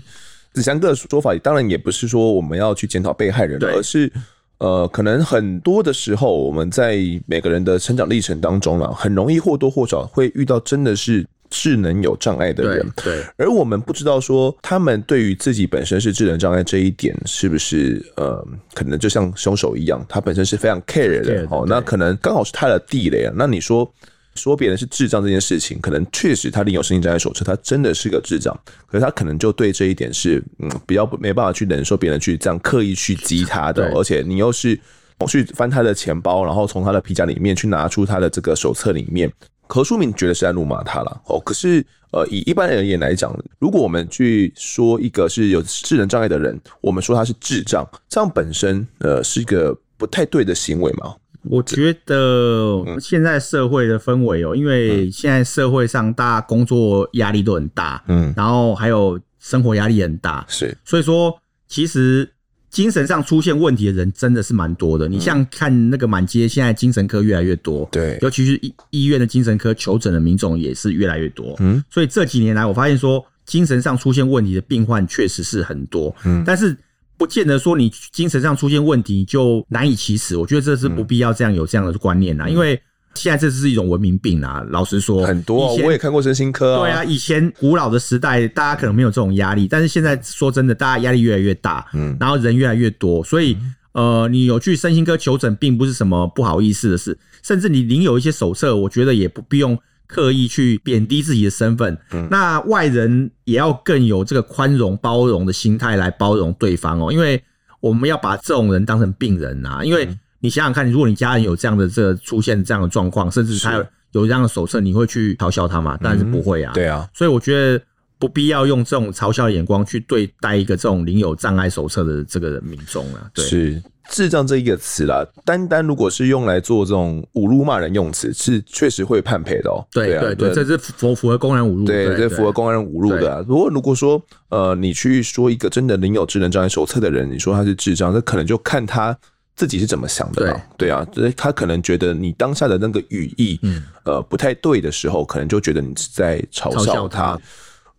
子祥哥的说法，当然也不是说我们要去检讨被害人，
对
而是呃，可能很多的时候，我们在每个人的成长历程当中啦，很容易或多或少会遇到真的是智能有障碍的
对
人，
对
而我们不知道说他们对于自己本身是智能障碍这一点是不是呃，可能就像凶手一样，他本身是非常 care 的
care 的
哦，
对
那可能刚好是他的地雷啊。那你说说别人是智障这件事情，可能确实他领有身心障碍手册，他真的是个智障，可是他可能就对这一点是嗯比较没办法去忍受别人去这样刻意去激他的哦，
对
而且你又是。去翻他的钱包，然后从他的皮夹里面去拿出他的这个手册里面，何书敏觉得是在辱骂他了哦。可是，呃，以一般人而言来讲，如果我们去说一个是有智能障碍的人，我们说他是智障，这样本身呃是一个不太对的行为嘛。
我觉得
嗯
现在社会的氛围哦、因为现在社会上大家工作压力都很大，
嗯，
然后还有生活压力很大，
是，
所以说，其实精神上出现问题的人真的是蛮多的。你像看那个满街，现在精神科越来越多，
对
尤其是医医院的精神科求诊的民众也是越来越多。
嗯，
所以这几年来，我发现说精神上出现问题的病患确实是很多，
嗯
但是。不见得说你精神上出现问题你就难以启齿，我觉得这是不
嗯
必要这样有这样的观念啊啦，因为现在这是一种文明病啊。老实说，
很多、
以
哦、
前
我也看过身心科啊，
对啊，以前古老的时代，大家可能没有这种压力，但是现在说真的，大家压力越来越大，
嗯
然后人越来越多，所以呃，你有去身心科求诊，并不是什么不好意思的事，甚至你领有一些手册，我觉得也不必用刻意去贬低自己的身份。
嗯
那外人也要更有这个宽容包容的心态来包容对方哦，因为我们要把这种人当成病人啊，因
嗯
为你想想看，如果你家人有这样的这个出现这样的状况，甚至他有
是
有这样的手册，你会去嘲笑他吗？当然是不会啊。
对啊，
所以我觉得不必要用这种嘲笑的眼光去对待一个这种领有障碍手册的这个民众啊。对，
是智障这一个词啦，单单如果是用来做这种侮辱骂人用词，是确实会判赔的哦。
对
啊
对对，这是符符合公然侮辱，
对，这符合公安侮辱的、啊。不过如果说呃，你去说一个真的领有智能障碍手册的人，你说他是智障，那可能就看他自己是怎么想的了。对啊，这他可能觉得你当下的那个语义，
嗯
呃，不太对的时候，可能就觉得你是在嘲
嘲
笑
笑
他
他。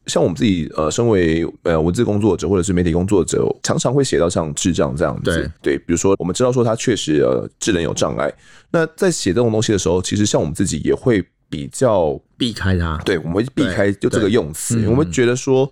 像我们自己呃，身为呃文字工作者或者是媒体工作者，常常会写到像智障这样子。对，比如说我们知道说他确实呃智能有障碍，那在写这种东西的时候，其实像我们自己也会比较
避开它。
对，我们会避
对
开就这个
对
用词，
嗯
我们觉得说，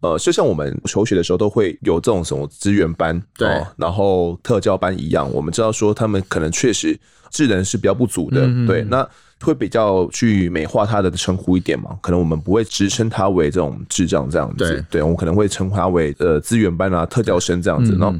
呃，就像我们求学的时候都会有这种什么资源班，
对
哦然后特教班一样，我们知道说他们可能确实智能是比较不足的，
嗯嗯
对，
嗯
那会比较去美化他的称呼一点嘛，可能我们不会直称他为这种智障这样子，对，我们可能会称他为呃资源班啊、特教生这样子，
嗯嗯
然后。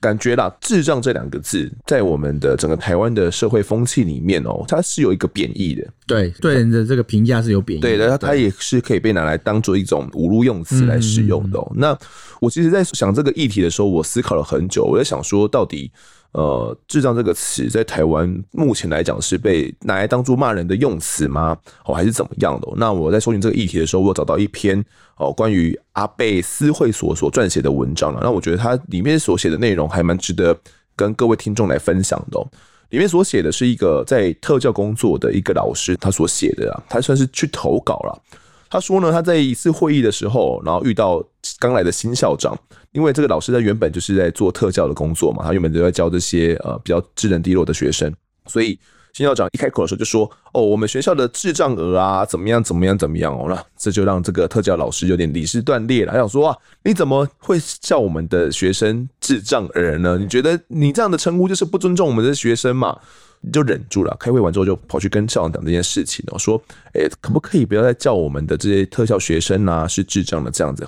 感觉啦，智障这两个字在我们的整个台湾的社会风气里面哦、它是有一个贬义的，
对对人的这个评价是有贬义的，
对的，它它也是可以被拿来当做一种侮辱用词来使用的、哦。那我其实，在想这个议题的时候，我思考了很久，我在想说，到底呃，智障这个词在台湾目前来讲是被拿来当做骂人的用词吗？哦，还是怎么样的哦、那我在搜寻这个议题的时候，我有找到一篇哦关于阿贝斯会所所撰写的文章啊了。那我觉得它里面所写的内容还蛮值得跟各位听众来分享的、哦。里面所写的是一个在特教工作的一个老师，他所写的啊，他算是去投稿了。他说呢，他在一次会议的时候，然后遇到刚来的新校长，因为这个老师他原本就是在做特教的工作嘛，他原本就在教这些呃比较智能低落的学生，所以新校长一开口的时候就说：“哦，我们学校的智障儿啊，怎么样怎么样怎么样哦。”那这就让这个特教老师有点理事断裂了，他想说啊，你怎么会叫我们的学生智障儿呢？你觉得你这样的称呼就是不尊重我们的学生嘛？你就忍住了。开会完之后就跑去跟校长讲这件事情哦，说，哎、可不可以不要再叫我们的这些特效学生啊是智障的这样子？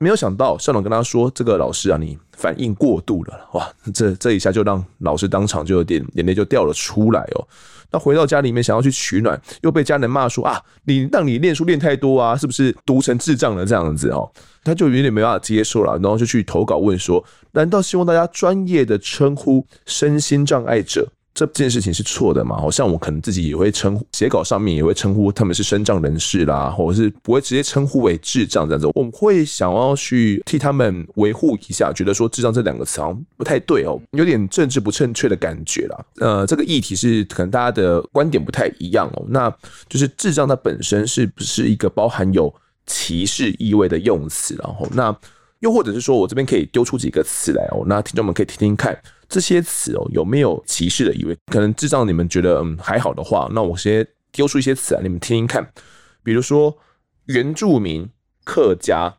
没有想到校长跟他说，这个老师啊，你反应过度了，哇，这这一下就让老师当场就有点眼泪就掉了出来哦。那回到家里面想要去取暖，又被家人骂说啊，你让你练书练太多啊，是不是读成智障了这样子哦？他就有点没办法接受了，然后就去投稿问说，难道希望大家专业的称呼身心障碍者这件事情是错的嘛？好像我可能自己也会称呼，写稿上面也会称呼他们是身障人士啦，或者是不会直接称呼为智障这样子。我们会想要去替他们维护一下，觉得说智障这两个词好像不太对哦，有点政治不正确的感觉啦。呃，这个议题是可能大家的观点不太一样哦。那就是智障它本身是不是一个包含有歧视意味的用词？然后那。又或者是说我这边可以丢出几个词来哦，那听众们可以听听看这些词哦有没有歧视的意味。可能智障你们觉得嗯还好的话，那我先丢出一些词来，你们听听看。比如说原住民、客家、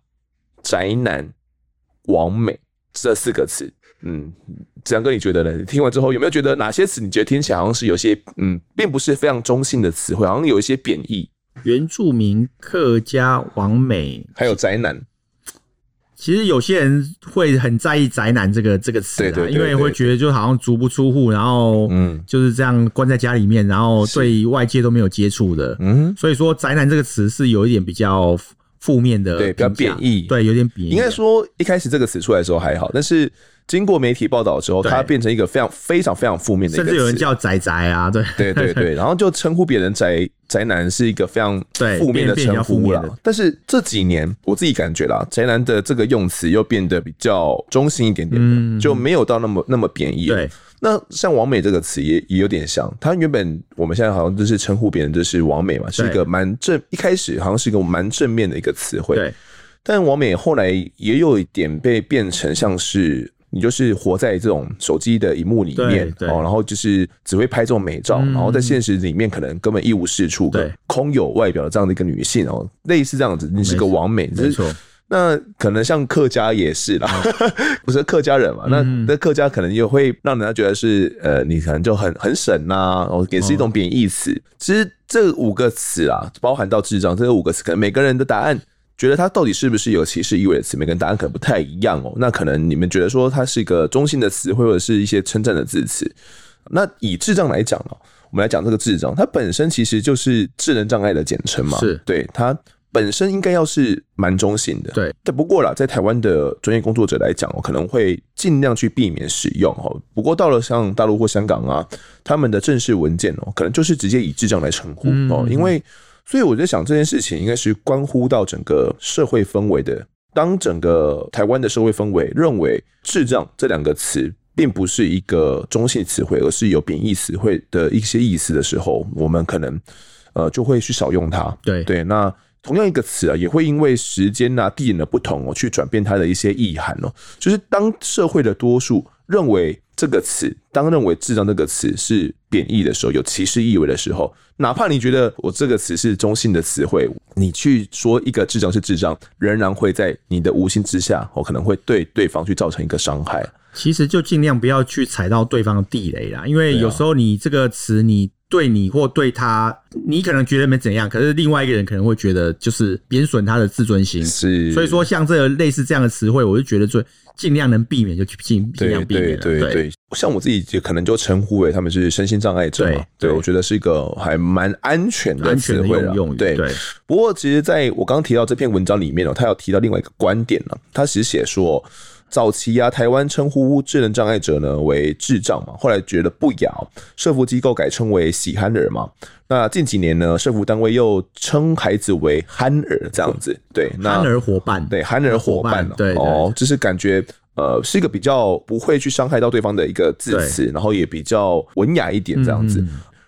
宅男、王美这四个词，嗯，子阳哥你觉得呢？你听完之后有没有觉得哪些词你觉得听起来好像是有些嗯，并不是非常中性的词汇，好像有一些贬义？
原住民、客家、王美，
还有宅男，
其实有些人会很在意“宅男”这个这个词、啊，
对对对
因为会觉得就好像足不出户，然后
嗯
就是这样关在家里面，然后对外界都没有接触的，
嗯，
所以说“宅男”这个词是有一点比较负负面的
对
评
比较
价，
贬义
对，有点
啊
贬义。
应该说一开始这个词出来的时候还好，但是经过媒体报道之后，
对
它变成一个非常非常非常负面的一
甚
个词。
至有人叫“宅宅”啊，对
对对对，然后就称呼别人宅宅男是一个非常
对
负面
变变
的
比
称
较负
呼
面
啦
的。
但是这几年我自己感觉啦，宅男的这个用词又变得比较中性一点点，
嗯
就没有到那么那么贬义了。
对
那像“王美”这个词也也有点像，它原本我们现在好像就是称呼别人就是“王美”嘛，是一
对
个蛮正，一开始好像是一个蛮正面的一个词汇。
对
但王美后来也有一点被变成像是你就是活在这种手机的荧幕里
对
面
对
哦，然后就是只会拍这种美照，
嗯
然后在现实里面可能根本一无是处，
对，
空有外表的这样的一个女性哦，类似这样子，你是个王美，
没错。
那可能像客家也是啦， *laughs* 不是客家人嘛？那
嗯
那客家可能也会让人家觉得是呃，你可能就很很省呐、然后也
哦
是一种贬义词。其实这五个词啊，包含到智障这五个词，可能每个人的答案。觉得它到底是不是有歧视意味的词，每个人答案可能不太一样哦。那可能你们觉得说它是一个中性的词，或者是一些称赞的字词。那以智障来讲呢、我们来讲这个智障，它本身其实就是智能障碍的简称嘛，
是
对它本身应该要是蛮中性的，
对。
但不过啦，在台湾的专业工作者来讲，哦，可能会尽量去避免使用哦。不过到了像大陆或香港啊，他们的正式文件哦，可能就是直接以智障来称呼
嗯
哦，因为所以我在想这件事情应该是关乎到整个社会氛围的。当整个台湾的社会氛围认为“智障”这两个词并不是一个中性词汇，而是有贬义词汇的一些意思的时候，我们可能呃就会去少用它。
对
对，那同样一个词啊，也会因为时间啊、地点的不同哦，去转变它的一些意涵哦。就是当社会的多数认为这个词，当认为“智障”这个词是贬义的时候，有歧视意味的时候，哪怕你觉得我这个词是中性的词汇，你去说一个智障是智障，仍然会在你的无心之下，我、哦、可能会对对方去造成一个伤害。
其实就尽量不要去踩到对方的地雷啦，因为
对啊
有时候你这个词你
对你或对他，你可能觉得没怎样，可是另外一个人可能会觉得就是贬损他的自尊心。
是，
所以说，像这个类似这样的词汇，我就觉得最尽量能避免就尽尽
对
量避
对
免了。
对对，像我自己就可能就称呼为他们是身心障碍者嘛，
对
对
对
我觉得是一个还蛮安全的
安全
词
的
汇
用
了
用语，，对
不过，其实在我刚提到这篇文章里面哦，他有提到另外一个观点呢、他其实写说，早期啊，台湾称呼智能障碍者呢为智障嘛，后来觉得不雅哦，社服机构改称为喜憨儿嘛。那近几年呢，社服单位又称孩子为憨儿这样子，对，那
憨儿伙伴，
对憨儿伙伴、哦，
伙伴对对
哦，就是感觉。呃，是一个比较不会去伤害到对方的一个字词，然后也比较文雅一点这样子。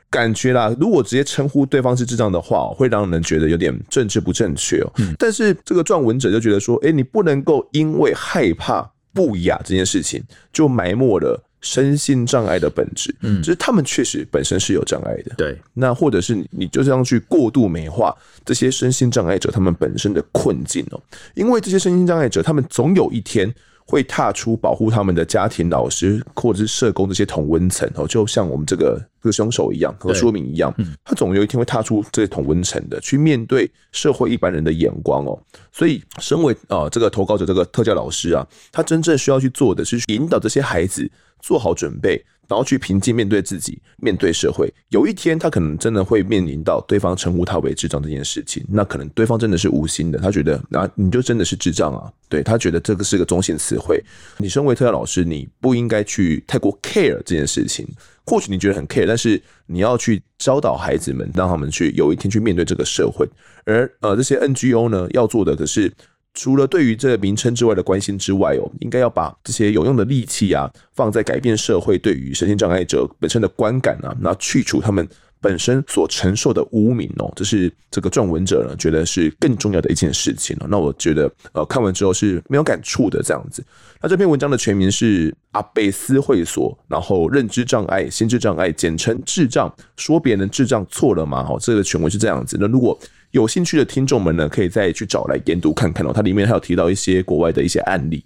感觉啦，如果直接称呼对方是智障的话，会让人觉得有点政治不正确哦。但是这个撰文者就觉得说，哎、你不能够因为害怕不雅这件事情，就埋没了身心障碍的本质。嗯，就是他们确实本身是有障碍的。
对
那或者是你你就这样去过度美化这些身心障碍者他们本身的困境哦，因为这些身心障碍者他们总有一天会踏出保护他们的家庭、老师或者是社工这些同温层哦，就像我们这个这个凶手一样和说明一样，他总有一天会踏出这些同温层的，去面对社会一般人的眼光哦。所以，身为啊、呃这个投稿者这个特教老师啊，他真正需要去做的是引导这些孩子做好准备，然后去平静面对自己，面对社会。有一天，他可能真的会面临到对方称呼他为智障这件事情，那可能对方真的是无心的，他觉得啊，你就真的是智障啊，对他觉得这个是个中性词汇。你身为特教老师，你不应该去太过 care 这件事情。或许你觉得很 care，但是你要去教导孩子们，让他们去有一天去面对这个社会。而呃，这些 NGO 呢要做的可是。除了对于这个名称之外的关心之外哦，应该要把这些有用的力气啊，放在改变社会对于身心障碍者本身的观感啊，那去除他们本身所承受的污名哦，这是这个撰文者呢觉得是更重要的一件事情哦。那我觉得呃看完之后是没有感触的这样子。那这篇文章的全名是阿贝斯会所，然后认知障碍、心智障碍，简称智障，说别人智障错了吗？哦，这个全文是这样子。那如果有兴趣的听众们呢，可以再去找来研读看看哦。它里面还有提到一些国外的一些案例。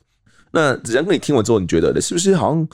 那子江哥，你听完之后，你觉得是不是好像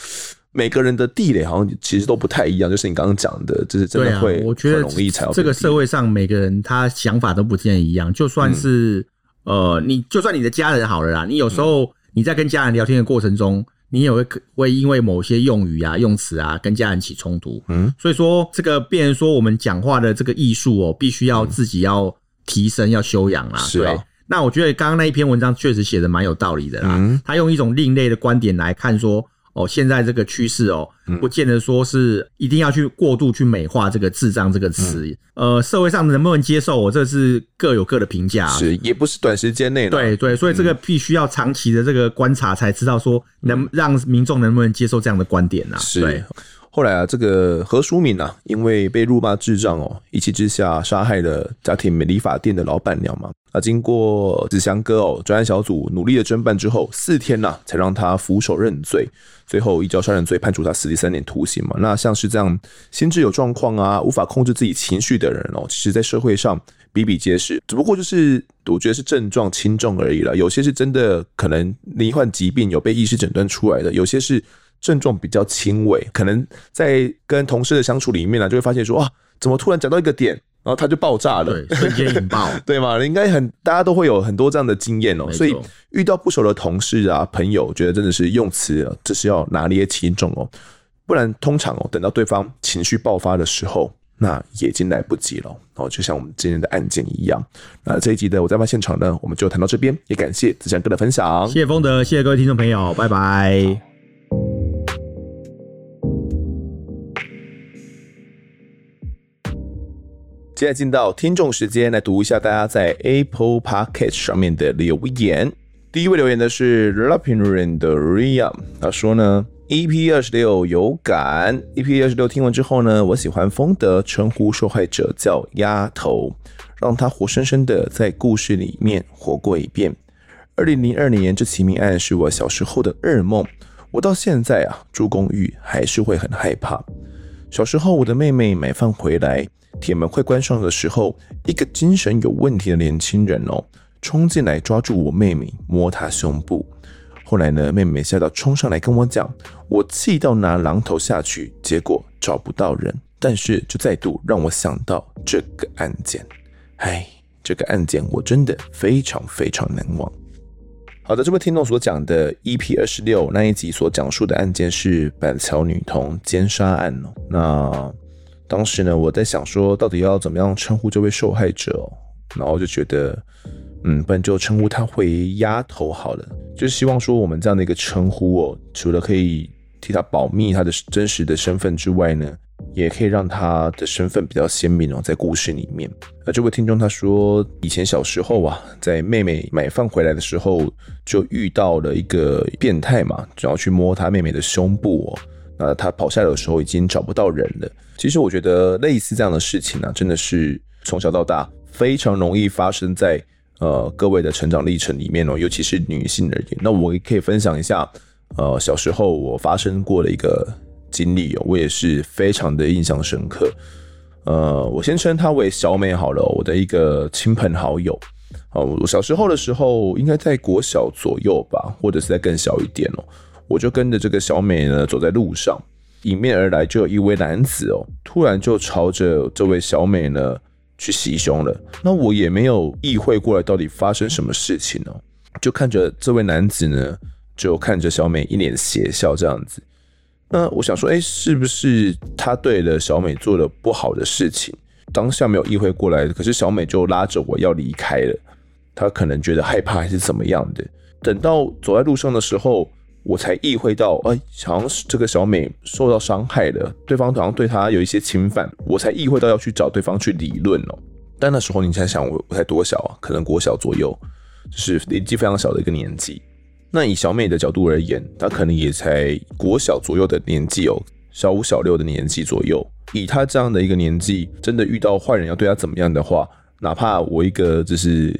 每个人的地雷好像其实都不太一样？就是你刚刚讲的，就是真
对
的
啊
会，
我觉
很
得
容易踩到
这个
边
社会上每个人他想法都不见得一样，就
嗯
算是、呃，你就算你的家人好了啦，你有时
嗯
候你在跟家人聊天的过程中，你也会可会因为某些用语啊、用词啊，跟家人起冲突。
嗯
嗯，所以说这个变成说我们讲话的这个艺术哦，必须要自己要提升、要修养啦。
是啊
对。那我觉得刚刚那一篇文章确实写的蛮有道理的啦。
嗯
他用一种另类的观点来看说，哦，现在这个趋势哦，
嗯
不见得说是一定要去过度去美化这个“智障”这个词。
嗯
呃，社会上能不能接受，我这是各有各的评价、啊。
是也不是短时间内呢
对对，所以这个
嗯
必须要长期的这个观察，才知道说能让民众能不能接受这样的观点啊。
是
对，
后来啊，这个何淑敏啊，因为被辱骂智障哦，一气之下杀害了家庭美理发店的老板娘嘛。啊，经过子祥哥哦专案小组努力的侦办之后，四天呐、才让他俯首认罪，最后依照杀人罪判处他十三年徒刑嘛。那像是这样心智有状况啊，无法控制自己情绪的人哦，其实在社会上比比皆是，只不过就是我觉得是症状轻重而已了。有些是真的可能罹患疾病有被医师诊断出来的，有些是症状比较轻微，可能在跟同事的相处里面呢、就会发现说啊，怎么突然讲到一个点，然后他就爆炸了。
对，瞬间引爆。
对嘛？应该很大家都会有很多这样的经验哦、
没错
所以遇到不熟的同事啊、朋友，觉得真的是用词啊这是要拿捏轻重哦、不然通常哦、等到对方情绪爆发的时候，那也已经来不及了哦、就像我们今天的案件一样。那这一集的我在外现场呢，我们就谈到这边，也感谢子强哥的分享，
谢谢丰德，谢谢各位听众朋友，拜拜。
接下来进到听众时间，来读一下大家在 Apple Podcast 上面的留言。第一位留言的是 Lapinrin 的 Ria，他说呢，EP 二十六有感，EP 二十六听完之后呢，我喜欢风德称呼受害者叫丫头，让她活生生的在故事里面活过一遍。二零零二年这起命案是我小时候的噩梦，我到现在啊住公寓还是会很害怕。小时候，我的妹妹买饭回来，铁门快关上的时候，一个精神有问题的年轻人哦，冲进来抓住我妹妹，摸她胸部。后来呢，妹妹吓到冲上来跟我讲，我气到拿榔头下去，结果找不到人，但是就再度让我想到这个案件，哎，这个案件我真的非常非常难忘。好的，这位听众所讲的 EP 二十六那一集所讲述的案件是板桥女童奸杀案哦。那当时呢，我在想说，到底要怎么样称呼这位受害者哦？然后就觉得，嗯，不然就称呼她回丫头好了。就是希望说，我们这样的一个称呼哦，除了可以替她保密她的真实的身份之外呢，也可以让她的身份比较鲜明哦，在故事里面。那这位听众他说，以前小时候啊，在妹妹买饭回来的时候，就遇到了一个变态嘛，然后去摸她妹妹的胸部哦。那他跑下来的时候已经找不到人了。其实我觉得类似这样的事情呢、啊，真的是从小到大非常容易发生在呃各位的成长历程里面哦，尤其是女性而言。那我也可以分享一下，呃，小时候我发生过的一个经历哦，我也是非常的印象深刻。呃，我先称她为小美好了、哦，我的一个亲朋好友。哦，我小时候的时候应该在国小左右吧，或者是再更小一点哦。我就跟着这个小美呢走在路上，迎面而来就有一位男子哦，突然就朝着这位小美呢去袭胸了。那我也没有意会过来到底发生什么事情哦，就看着这位男子呢，就看着小美一脸邪笑这样子。那我想说，哎、欸，是不是他对了小美做了不好的事情？当下没有意会过来，可是小美就拉着我要离开了，她可能觉得害怕还是怎么样的。等到走在路上的时候。我才意会到，哎、欸，好像是这个小美受到伤害了，对方好像对她有一些侵犯，我才意会到要去找对方去理论哦。但那时候你才想我，我才多小啊？可能国小左右，就是年纪非常小的一个年纪。那以小美的角度而言，她可能也才国小左右的年纪哦，小五、小六的年纪左右。以她这样的一个年纪，真的遇到坏人要对她怎么样的话，哪怕我一个就是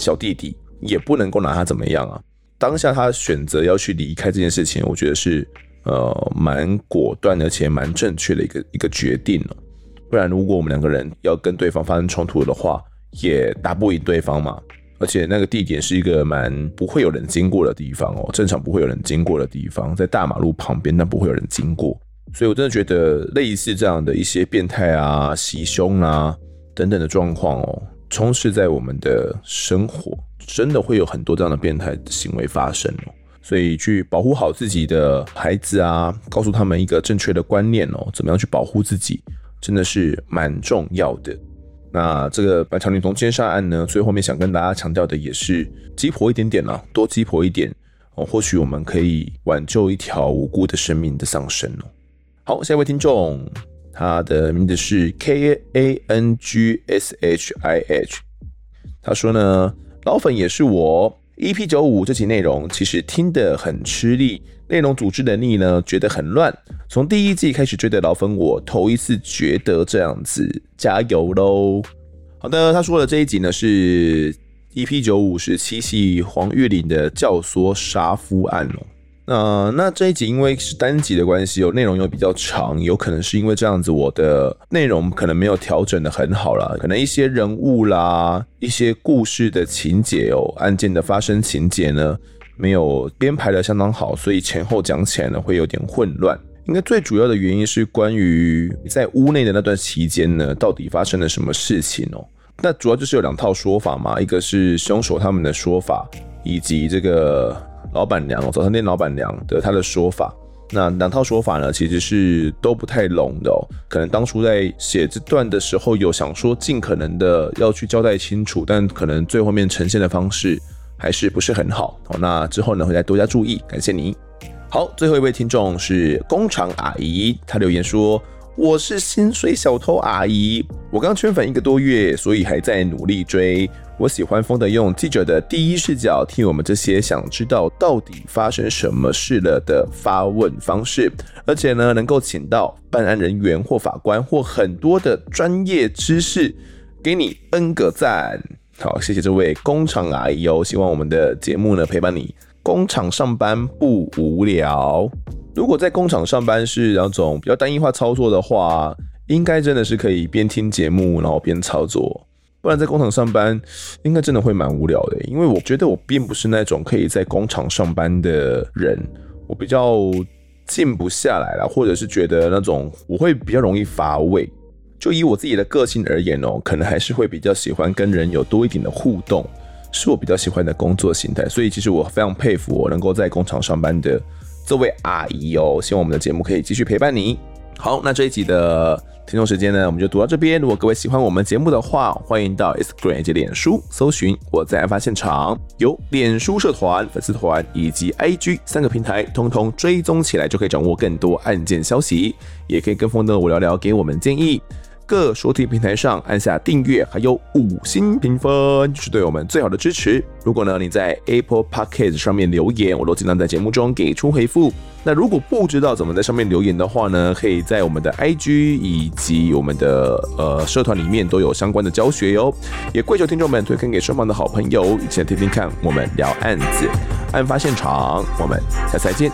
小弟弟，也不能够拿她怎么样啊。当下他选择要去离开这件事情，我觉得是呃蛮果断而且蛮正确的一个一个决定了、哦。不然，如果我们两个人要跟对方发生冲突的话，也打不赢对方嘛。而且那个地点是一个蛮不会有人经过的地方哦，正常不会有人经过的地方，在大马路旁边，但不会有人经过。所以我真的觉得类似这样的一些变态啊、袭胸啊等等的状况哦，充斥在我们的生活。真的会有很多这样的变态行为发生哦，所以去保护好自己的孩子啊，告诉他们一个正确的观念哦，怎么样去保护自己，真的是蛮重要的。那这个白桥女童奸杀案呢，最后面想跟大家强调的也是，鸡婆一点点啦、啊，多鸡婆一点哦，或许我们可以挽救一条无辜的生命的丧生哦。好，下一位听众，他的名字是 K A N G S H I H，他说呢。老粉也是我。EP 九五这期内容其实听得很吃力，内容组织能力呢觉得很乱。从第一季开始追的老粉我，头一次觉得这样子，加油喽！好的，他说的这一集呢是 EP 九五十七系黄玉玲的教唆杀夫案哦。那、呃、那这一集因为是单集的关系哦，内容又比较长，有可能是因为这样子，我的内容可能没有调整的很好啦，可能一些人物啦，一些故事的情节哦，案件的发生情节呢，没有编排的相当好，所以前后讲起来呢会有点混乱。应该最主要的原因是关于在屋内的那段期间呢，到底发生了什么事情哦？那主要就是有两套说法嘛，一个是凶手他们的说法，以及这个。老板娘，早餐店老板娘的她的说法，那两套说法呢，其实是都不太拢的哦。可能当初在写这段的时候，有想说尽可能的要去交代清楚，但可能最后面呈现的方式还是不是很好。好，那之后呢，会再多加注意。感谢你。好，最后一位听众是工厂阿姨，她留言说：“我是薪水小偷阿姨，我刚圈粉一个多月，所以还在努力追。”我喜欢风的用记者的第一视角替我们这些想知道到底发生什么事了的发问方式，而且呢，能够请到办案人员或法官或很多的专业知识，给你 N 个赞。好，谢谢这位工厂阿姨哦，希望我们的节目呢陪伴你。工厂上班不无聊，如果在工厂上班是两种比较单一化操作的话，应该真的是可以边听节目然后边操作。不然在工厂上班，应该真的会蛮无聊的。因为我觉得我并不是那种可以在工厂上班的人，我比较静不下来了，或者是觉得那种我会比较容易乏味。就以我自己的个性而言哦，可能还是会比较喜欢跟人有多一点的互动，是我比较喜欢的工作形态。所以其实我非常佩服我能够在工厂上班的这位阿姨哦。希望我们的节目可以继续陪伴你。好，那这一集的听众时间呢，我们就读到这边。如果各位喜欢我们节目的话，欢迎到 Instagram 以及脸书搜寻“我在案发现场”，有脸书社团、粉丝团以及 IG 三个平台，通通追踪起来，就可以掌握更多案件消息，也可以跟风的我聊聊，给我们建议。各收听平台上按下订阅，还有五星评分，就是对我们最好的支持。如果呢你在 Apple Podcast 上面留言，我都尽量在节目中给出回复。那如果不知道怎么在上面留言的话呢，可以在我们的 IG 以及我们的呃社团里面都有相关的教学哟。也跪求听众们推荐给身旁的好朋友，一起来听听看我们聊案子、案发现场。我们下次再见，